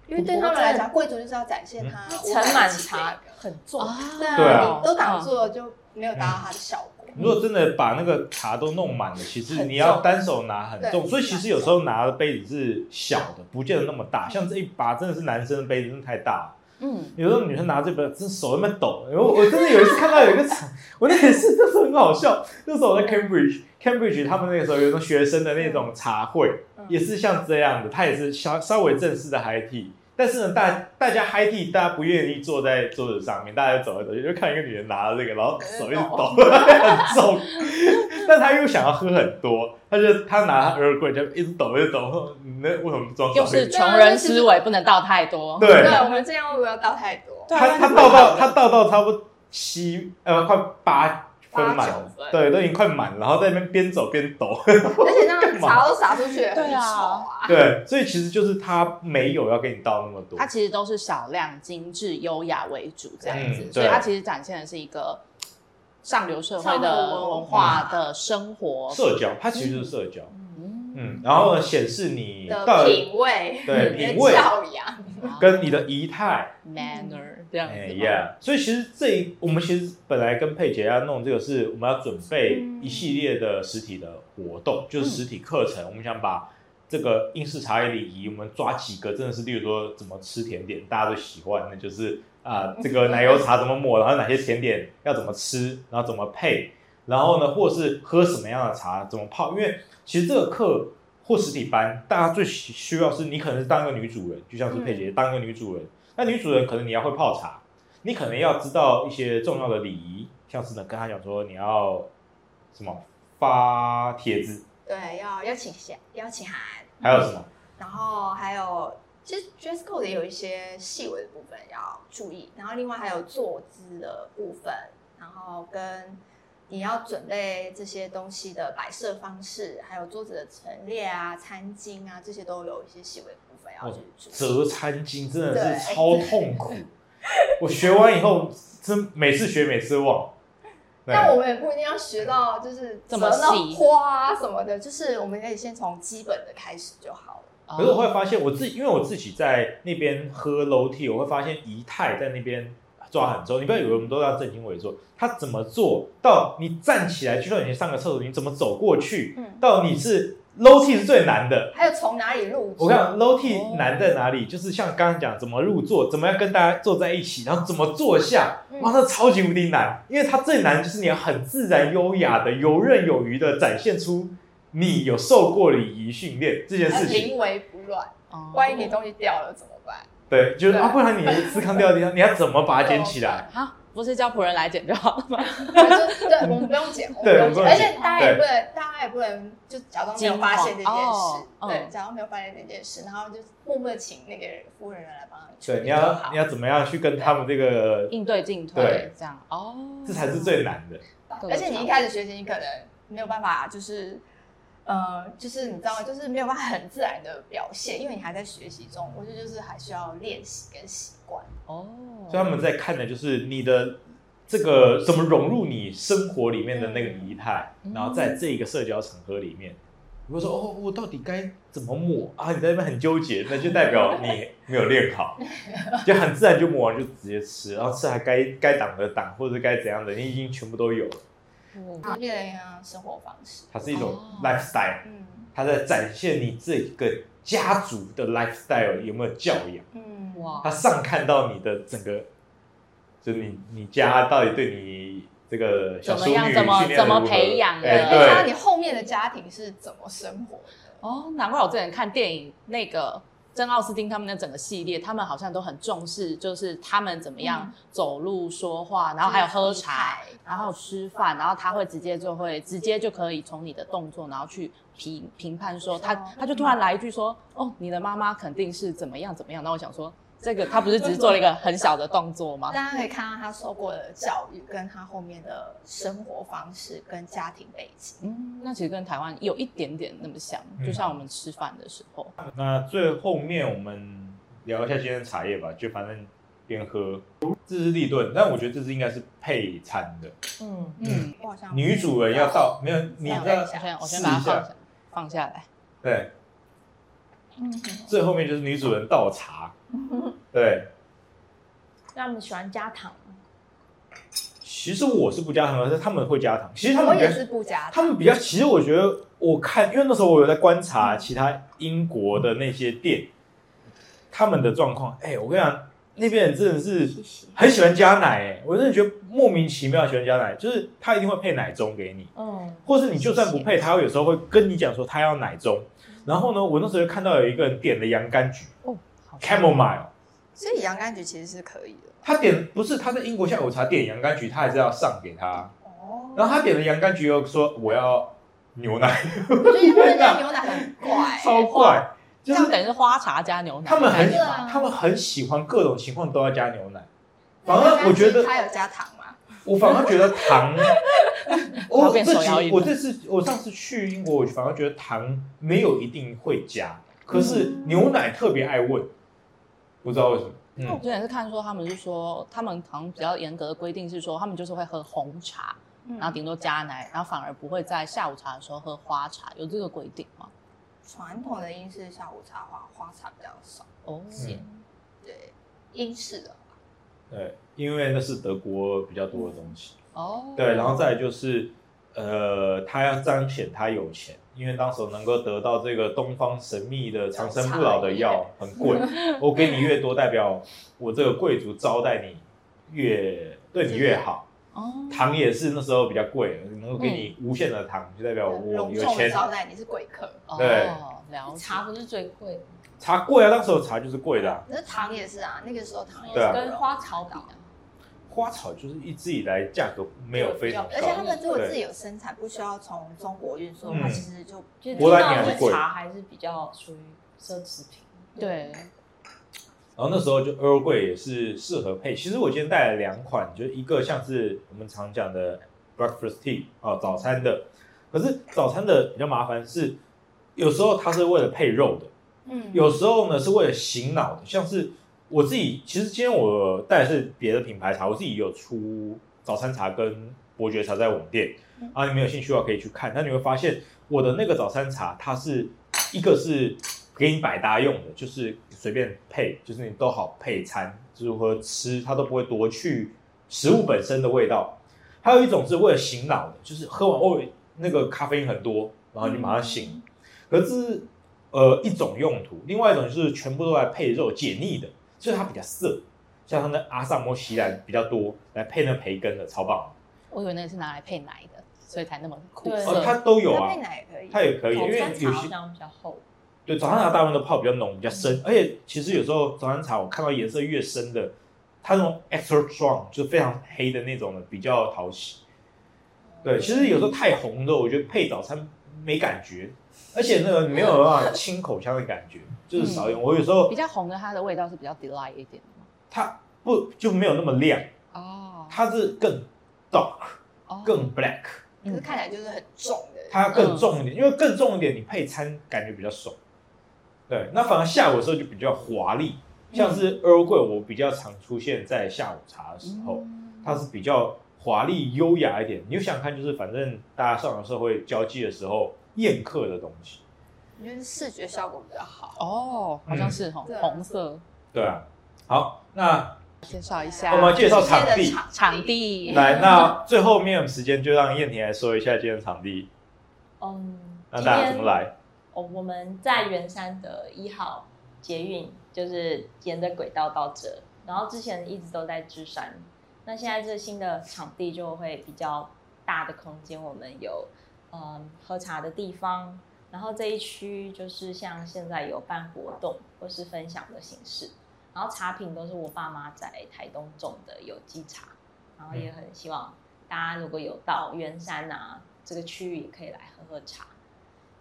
Speaker 3: 因为对他们来讲，贵族就是要展现他
Speaker 5: 盛满茶很重，
Speaker 3: 对
Speaker 4: 啊
Speaker 3: 啊，
Speaker 2: 嗯对啊嗯
Speaker 3: 你都挡住了就没有达到它的效果。
Speaker 2: 如果真的把那个茶都弄满了，其实你要单手拿很重，
Speaker 3: 对
Speaker 2: 所以其实有时候拿的杯子是小的，不见得那么大。像这一把真的是男生的杯子，真的太大了。
Speaker 4: 嗯，
Speaker 2: 有时候女生拿这杯，真手在那边抖。然后我真的有一次看到有一个茶，我那也是，那时候很好笑。那时候我在 Cambridge，Cambridge 他们那个时候有一种学生的那种茶会，
Speaker 3: 嗯
Speaker 2: 也是像这样的，它也是稍稍微正式的 high tea。但是呢，大大家 high tea，大家不愿意坐在桌子上面，大家走来走去，就看一个女人拿了这个，然后手一直抖， 很重。但她又想要喝很多，她就她拿她 Earl Grey 就一直抖，一直抖。我说嗯你那为什么不装手
Speaker 4: 又
Speaker 2: 一直抖？
Speaker 4: 是穷人思维，不能倒太多。
Speaker 2: 对
Speaker 3: 对，我们尽量不要倒太多。
Speaker 4: 对啊
Speaker 2: 他他
Speaker 4: 那就
Speaker 2: 倒
Speaker 4: 蛮好
Speaker 2: 到
Speaker 4: 的
Speaker 2: 他倒到差不多七呃快八分满
Speaker 3: 八九
Speaker 2: 了，
Speaker 3: 分
Speaker 2: 对，都已经快满了，然后在那边边走边抖，
Speaker 3: 而且那样
Speaker 2: 嘛
Speaker 3: 茶都洒出去，很
Speaker 4: 对
Speaker 3: 丑
Speaker 4: 啊
Speaker 3: 啊。
Speaker 2: 对，所以其实就是他没有要给你倒那么多
Speaker 4: 它，其实都是少量、精致、优雅为主这样子，
Speaker 2: 嗯
Speaker 4: 所以
Speaker 2: 对
Speaker 4: 它其实展现的是一个上流社会
Speaker 3: 上
Speaker 4: 的
Speaker 3: 流文
Speaker 4: 文
Speaker 3: 化
Speaker 4: 化的生活。
Speaker 2: 社交，它其实就是社交，
Speaker 4: 嗯，
Speaker 2: 嗯，然后呢显示你到
Speaker 3: 的
Speaker 2: 底
Speaker 3: 品味，
Speaker 2: 对
Speaker 3: 你的
Speaker 2: 品味
Speaker 3: 教养，
Speaker 2: 跟你的仪态，
Speaker 4: manner 这样子
Speaker 2: 哎
Speaker 4: 吗。
Speaker 2: 呀，所以其实这一我们其实本来跟佩姐要弄这个是我们要准备
Speaker 4: 嗯
Speaker 2: 一系列的实体的活动，就是实体课程，我们想把。这个英式茶叶礼仪，我们抓几个真的是，例如说怎么吃甜点，大家都喜欢的，就是啊、这个奶油茶怎么抹，然后哪些甜点要怎么吃，然后怎么配，然后呢，或是喝什么样的茶，怎么泡。因为其实这个课或实体班，大家最需需要是你可能是当一个女主人，就像是佩姐当一个女主人，那女主人可能你要会泡茶，你可能要知道一些重要的礼仪，像是呢跟她讲说你要什么发帖子，
Speaker 4: 哦
Speaker 3: 对，要邀请函，邀请函，
Speaker 2: 还有什么
Speaker 3: 然后还有，其实 dress code 也有一些细微的部分要注意，然后另外还有坐姿的部分，然后跟你要准备这些东西的摆设方式，还有桌子的陈列啊、餐巾啊，这些都有一些细微的部分要去注意。
Speaker 2: 哦折餐巾，真的是超痛苦。 我学完以后，真每次学每次忘。对
Speaker 3: 但我们也不一定要学到就是
Speaker 4: 这么
Speaker 3: 折到
Speaker 4: 细
Speaker 3: 花啊什么的，就是我们可以先从基本的开始就好了。
Speaker 4: 哦
Speaker 2: 可是我会发现我自己，因为我自己在那边喝楼梯，我会发现仪态在那边抓很重。你不要以为我们都要正襟危坐，他怎么做到你站起来，就算你上个厕所，你怎么走过去，
Speaker 3: 嗯，
Speaker 2: 到你是楼梯是最难的。
Speaker 3: 还有从哪里入
Speaker 2: 我
Speaker 3: 座？
Speaker 2: 看楼梯难在哪里，就是像刚刚讲怎么入座，怎么样跟大家坐在一起，然后怎么坐下，
Speaker 3: 嗯
Speaker 2: 哇，那超级无敌难，因为它最难就是你要很自然、优雅的、游刃有余的展现出你有受过礼仪训练这件
Speaker 3: 要
Speaker 2: 事情。
Speaker 3: 呃临危不乱，
Speaker 4: 哦
Speaker 3: 万一你东西掉了怎么办？
Speaker 2: 对，就是
Speaker 3: 对哦
Speaker 2: 啊，不然你思康掉的地 方，你要怎么把它捡起来？
Speaker 4: 啊，不是叫仆人来捡就好了吗？
Speaker 3: 就对，我们不用剪，我们不
Speaker 2: 对我们
Speaker 3: 用剪，而
Speaker 2: 不用
Speaker 3: 且大家也不能，大家也不能就假装没有发现这件事
Speaker 4: 惊，慌哦
Speaker 3: 对，
Speaker 4: 嗯
Speaker 3: 假装没有发现这件事，然后就默默地请那个服务人员来帮你处
Speaker 2: 对，
Speaker 3: 理
Speaker 2: 你
Speaker 3: 就好。
Speaker 2: 要你要怎么样去跟他们这个，
Speaker 4: 应对进
Speaker 2: 对
Speaker 4: 退这样哦，
Speaker 2: 这才是最难的。
Speaker 3: 而且你一开始学习，你可能没有办法，就是呃，就是你知道吗，就是没有办法很自然的表现，因为你还在学习中。我觉得就是还需要练习跟习惯。
Speaker 4: 哦，
Speaker 2: 所以他们在看的就是你的这个怎么融入你生活里面的那个仪态，
Speaker 4: 哦嗯
Speaker 2: 然后在这个社交场合里面，如果说哦，我到底该怎么抹啊？你在那边很纠 结，那就代表你没有练好，就很自然就抹完就直接吃，然后吃还该该挡的挡，或者是该怎样的，你已经全部都有了。
Speaker 4: 嗯
Speaker 3: 就变成一样生活方式。
Speaker 2: 它是一种
Speaker 4: 哦
Speaker 2: lifestyle。
Speaker 3: 嗯
Speaker 2: 他在展现你这个家族的 lifestyle 有没有教养，
Speaker 3: 嗯，
Speaker 4: 哇
Speaker 2: 他上看到你的整个，就你你家到底对你这个小
Speaker 4: 怎么
Speaker 2: 淑女
Speaker 4: 样怎么
Speaker 2: 训练得
Speaker 4: 怎么
Speaker 2: 如何
Speaker 4: 培养的
Speaker 2: 哎
Speaker 3: 你看到
Speaker 2: 对，
Speaker 3: 你后面的家庭是怎么生活的？
Speaker 4: 哦，难怪我之前看电影那个珍奥斯汀他们的整个系列，他们好像都很重视，就是他们怎么样
Speaker 3: 嗯
Speaker 4: 走路、说话，然后还有喝茶，，然后吃饭，然后他会直接就会直接就可以从你的动作，然后去评评判说他
Speaker 3: 哦
Speaker 4: 他就突然来一句说，哦，你的妈妈肯定是怎么样怎么样。那我想说，这个他不是只是做了一个很小的动作吗？
Speaker 3: 大家可以看到他受过的教育，跟他后面的生活方式跟家庭背景。
Speaker 4: 嗯，那其实跟台湾有一点点那么像，
Speaker 2: 嗯
Speaker 4: 就像我们吃饭的时候，
Speaker 2: 那最后面我们聊一下今天的茶叶吧，就反正边喝，这是立顿，但我觉得这是应该是配餐的，
Speaker 5: 嗯，
Speaker 4: 嗯，
Speaker 3: 我好像
Speaker 2: 女主人要到没有你
Speaker 3: 要
Speaker 2: 要
Speaker 3: 一
Speaker 4: 我
Speaker 3: 下
Speaker 4: 先我先
Speaker 2: 试
Speaker 4: 把它
Speaker 2: 一下
Speaker 4: 放下放下来，
Speaker 2: 对，
Speaker 3: 嗯
Speaker 2: 最后面就是女主人倒 茶，对，
Speaker 5: 那你喜欢加糖吗？
Speaker 2: 其实我是不加糖的，但是他们会加糖。其实他
Speaker 3: 我
Speaker 2: 们比较
Speaker 3: 也是不加
Speaker 2: 他们比较，其实我觉得我看，因为那时候我有在观察其他英国的那些店，他们的状况。哎、我跟你讲，那边人真的是很喜欢加奶、哎，我真的觉得莫名其妙喜欢加奶，就是他一定会配奶盅给你，
Speaker 5: 嗯，
Speaker 2: 或是你就算不配，他有时候会跟你讲说他要奶盅。然后呢，我那时候就看到有一个人点了洋甘菊
Speaker 4: 哦，好吃
Speaker 2: （chamomile）。
Speaker 3: 所以洋甘菊其实是可以的。
Speaker 2: 他点不是他在英国下午茶点洋甘菊，他还是要上给他。
Speaker 3: 哦
Speaker 2: 然后他点了洋甘菊，又说我要牛奶，
Speaker 3: 我觉得他们家牛奶很怪，
Speaker 2: 超怪，
Speaker 4: 这
Speaker 2: 就是
Speaker 4: 样等于是花茶加牛奶
Speaker 2: 他
Speaker 4: 的
Speaker 2: 们
Speaker 4: 概
Speaker 2: 很
Speaker 4: 念
Speaker 3: 对
Speaker 4: 吧，
Speaker 3: 啊
Speaker 2: 他们很喜欢各种情况都要加牛奶。反
Speaker 3: 那洋甘
Speaker 2: 而
Speaker 3: 菊
Speaker 2: 我觉得，
Speaker 3: 它有加糖吗？
Speaker 2: 我反而觉得 糖，我
Speaker 4: 要变
Speaker 2: 自
Speaker 4: 手摇
Speaker 2: 己
Speaker 4: 饮
Speaker 2: 我
Speaker 4: 了
Speaker 2: 这次我上次去英国，我反而觉得糖没有一定会加，可是牛奶特别爱问，不知道为什么。
Speaker 4: 那我
Speaker 2: 嗯，
Speaker 4: 之前是看说他们是说，他们好像比较严格的规定是说，他们就是会喝红茶，
Speaker 3: 嗯
Speaker 4: 然后顶多加奶，然后反而不会在下午茶的时候喝花茶，有这个规定吗？
Speaker 3: 传统的英式下午茶花花茶比较少，
Speaker 4: 哦，
Speaker 2: 嗯
Speaker 3: 对，英式的
Speaker 2: 对，因为那是德国比较多的东西。
Speaker 4: 哦，
Speaker 2: 对，然后再来就是，呃，他要彰显他有钱，因为当时能够得到这个东方神秘的长生不老的药很 贵，我给你越多，代表我这个贵族招待你越对你越好。
Speaker 4: 哦，
Speaker 2: 糖也是那时候比较贵，能够给你无限的糖，就代表哦我
Speaker 3: 嗯隆
Speaker 2: 有
Speaker 3: 重的
Speaker 2: 钱。
Speaker 3: 招待你是贵客，
Speaker 2: 对
Speaker 4: 哦，了解。
Speaker 5: 茶不是最贵的，
Speaker 2: 茶贵啊，当时候茶就是贵的啊、
Speaker 3: 那糖也是啊，那个时候糖也
Speaker 2: 对啊
Speaker 3: 是
Speaker 5: 跟花草比啊，
Speaker 2: 花草就是一直以来价格没有非常
Speaker 5: 对
Speaker 3: 而且他
Speaker 2: 高。
Speaker 3: 们如果
Speaker 2: 对
Speaker 3: 自己有生产，不需要从中国运输，
Speaker 2: 嗯
Speaker 3: 它其实就
Speaker 5: 就是
Speaker 2: 波
Speaker 5: 听
Speaker 2: 兰也
Speaker 5: 到
Speaker 2: 很
Speaker 5: 的
Speaker 2: 贵
Speaker 5: 茶还是比较属于奢侈品。
Speaker 4: 对，
Speaker 2: 然后那时候就 Earl Grey 也是适合配。其实我今天带了两款，就是一个像是我们常讲的 breakfast tea 哦，早餐的。可是早餐的比较麻烦是，有时候它是为了配肉的，
Speaker 3: 嗯
Speaker 2: 有时候呢是为了醒脑的。像是我自己，其实今天我带的是别的品牌茶，我自己有出早餐茶跟伯爵茶在我们店
Speaker 3: 嗯
Speaker 2: 啊，你们有兴趣的话可以去看。那你会发现我的那个早餐茶，它是一个是给你百搭用的，就是随便配，就是你都好配餐，就是和吃它都不会夺去食物本身的味道。还有一种是为了醒脑的，就是喝完哦那个咖啡因很多，然后你马上醒。可是呃一种用途，另外一种就是全部都来配肉解腻的，就是它比较涩，像它那阿萨摩西兰比较多，来配那培根的超棒。
Speaker 4: 我以为那是拿来配奶的，所以才那么苦
Speaker 5: 对
Speaker 2: 哦，
Speaker 4: 涩。
Speaker 2: 它都有
Speaker 3: 搭
Speaker 2: 啊
Speaker 3: 配，奶也可以，
Speaker 2: 它也可以，因
Speaker 5: 早
Speaker 2: 为
Speaker 5: 餐
Speaker 2: 有
Speaker 5: 茶好
Speaker 2: 些
Speaker 5: 像比较厚，
Speaker 2: 对，早上茶大部分都泡比较浓、比较深，而且其实有时候早上茶我看到颜色越深的，它那种 extra strong 就非常黑的那种的比较讨喜。对，
Speaker 5: 嗯
Speaker 2: 其实有时候太红的，我觉得配早餐没感觉，而且那个没有办法清口腔的感觉，就是
Speaker 5: 嗯
Speaker 2: 少一点。我有时候
Speaker 4: 比较红的，它的味道是比较 delight 一点的嘛。
Speaker 2: 它不就没有那么亮，
Speaker 4: 哦
Speaker 2: 它是更 dark
Speaker 4: 哦
Speaker 2: 更 black，
Speaker 3: 可是看起来就是很重的。
Speaker 2: 它更重一点，因为更重一点你配餐感觉比较爽。对，那反而下午的时候就比较华丽，像是 Earl Grey，我比较常出现在下午茶的时
Speaker 4: 嗯
Speaker 2: 候，它是比较华丽优雅一点。你就想看，就是反正大家上了社会交际的时候宴客的东西，
Speaker 3: 我觉得视觉效果比较好。
Speaker 4: 哦，好像是红
Speaker 3: 对啊
Speaker 4: 红色。
Speaker 2: 对啊。好，那
Speaker 4: 介绍一下
Speaker 2: 我啊们要介绍场地
Speaker 3: 今天的
Speaker 4: 场地，
Speaker 2: 来，那最后面有时间就让燕婷来说一下今天的场地，
Speaker 5: 嗯，
Speaker 2: 那
Speaker 5: 今
Speaker 2: 大家
Speaker 5: 天
Speaker 2: 怎么来？
Speaker 5: 哦，我们在圆山的一号捷运，就是沿着轨道到这，然后之前一直都在芝山，那现在这新的场地就会比较大的空间，我们有嗯喝茶的地方，然后这一区就是像现在有办活动或是分享的形式，然后茶品都是我爸妈在台东种的有机茶，然后也很希望大家如果有到圆山啊这个区域，也可以来喝喝茶。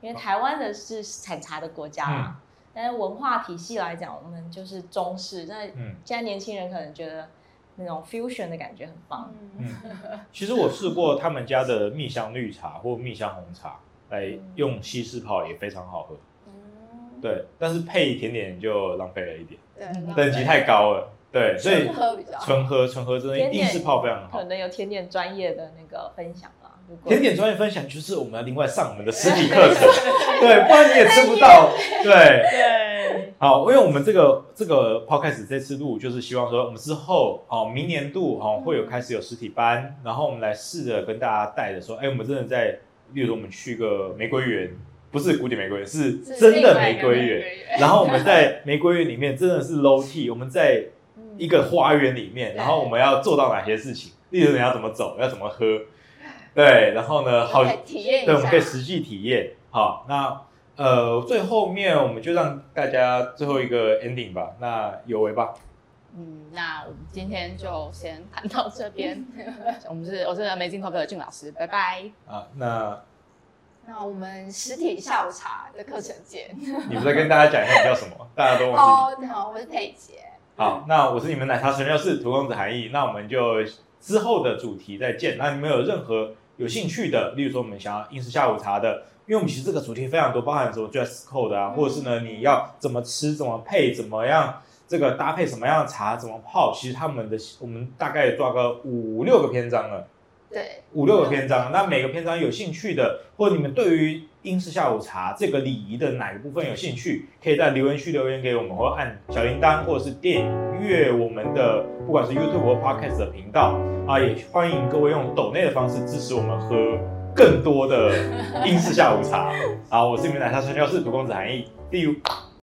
Speaker 5: 因为台湾的是产茶的国家啊嘛，但是文化体系来讲，我们就是中式。那
Speaker 2: 嗯
Speaker 5: 现在年轻人可能觉得那种 fusion 的感觉很棒，
Speaker 3: 嗯
Speaker 2: 嗯，其实我试过他们家的蜜香绿茶或蜜香红茶，来用西施泡也非常好喝。
Speaker 3: 嗯，
Speaker 2: 对，但是配甜点就浪费了一点，
Speaker 3: 对，
Speaker 2: 等级太高了。对，所以
Speaker 3: 纯喝比较好
Speaker 2: 纯喝纯喝真的
Speaker 5: 甜
Speaker 2: 意
Speaker 5: 点
Speaker 2: 式泡非常
Speaker 5: 可
Speaker 2: 好。
Speaker 5: 能有甜点专业的那个分享啦。如果
Speaker 2: 甜点专业分享就是我们要另外上我们的实体课程，对，不然你也吃不到。对，
Speaker 5: 对，
Speaker 2: 好，因为我们这个这个 podcast 这次录，就是希望说我们之后哦，明年度哦会有开始有实体班，然后我们来试着跟大家带着说，哎，我们真的在，例如说我们去个玫瑰园，不是古典玫瑰园，是真的玫瑰园。
Speaker 3: 园，
Speaker 2: 然后我们在玫瑰园里面真的是 low T，我们在一个花园里面，
Speaker 3: 对
Speaker 2: 然后我们要做到哪些事情，例如你要怎么走，要怎么喝，对，然后呢，好
Speaker 3: 嗯可以体验一
Speaker 2: 对，我们可以
Speaker 3: 下。
Speaker 2: 实际体验。好，那呃，最后面我们就让大家最后一个 ending 吧。那有为吧，
Speaker 4: 嗯，那我们今天就先谈到这边。嗯我们是我是梅镜投票的俊老师，拜拜。
Speaker 2: 啊，那
Speaker 3: 那我们实体下午茶的课程见。
Speaker 2: 你们再跟大家讲一下你叫什么，大家都忘记。
Speaker 3: 哦，你好，我是佩姐，
Speaker 2: 好，那我是你们奶茶神教室涂公子韩毅，那我们就之后的主题再见。那你们有任何有兴趣的，例如说我们想要应试下午茶的，因为我们其实这个主题非常多，包含什么 dress code 啊，或者是呢你要怎么吃、怎么配、怎么样这个搭配什么样的茶、怎么泡，其实他们的我们大概抓个五六个篇章了。
Speaker 3: 对，
Speaker 2: 五六个篇章，那每个篇章有兴趣的，或者你们对于英式下午茶这个礼仪的哪个部分有兴趣，可以在留言区留言给我们，或按小铃铛，或者是订阅我们的不管是 YouTube 或 Podcast 的频道啊，也欢迎各位用抖内的方式支持我们喝更多的英式下午茶。好，我是你们奶茶传教士涂公子韩毅，第五。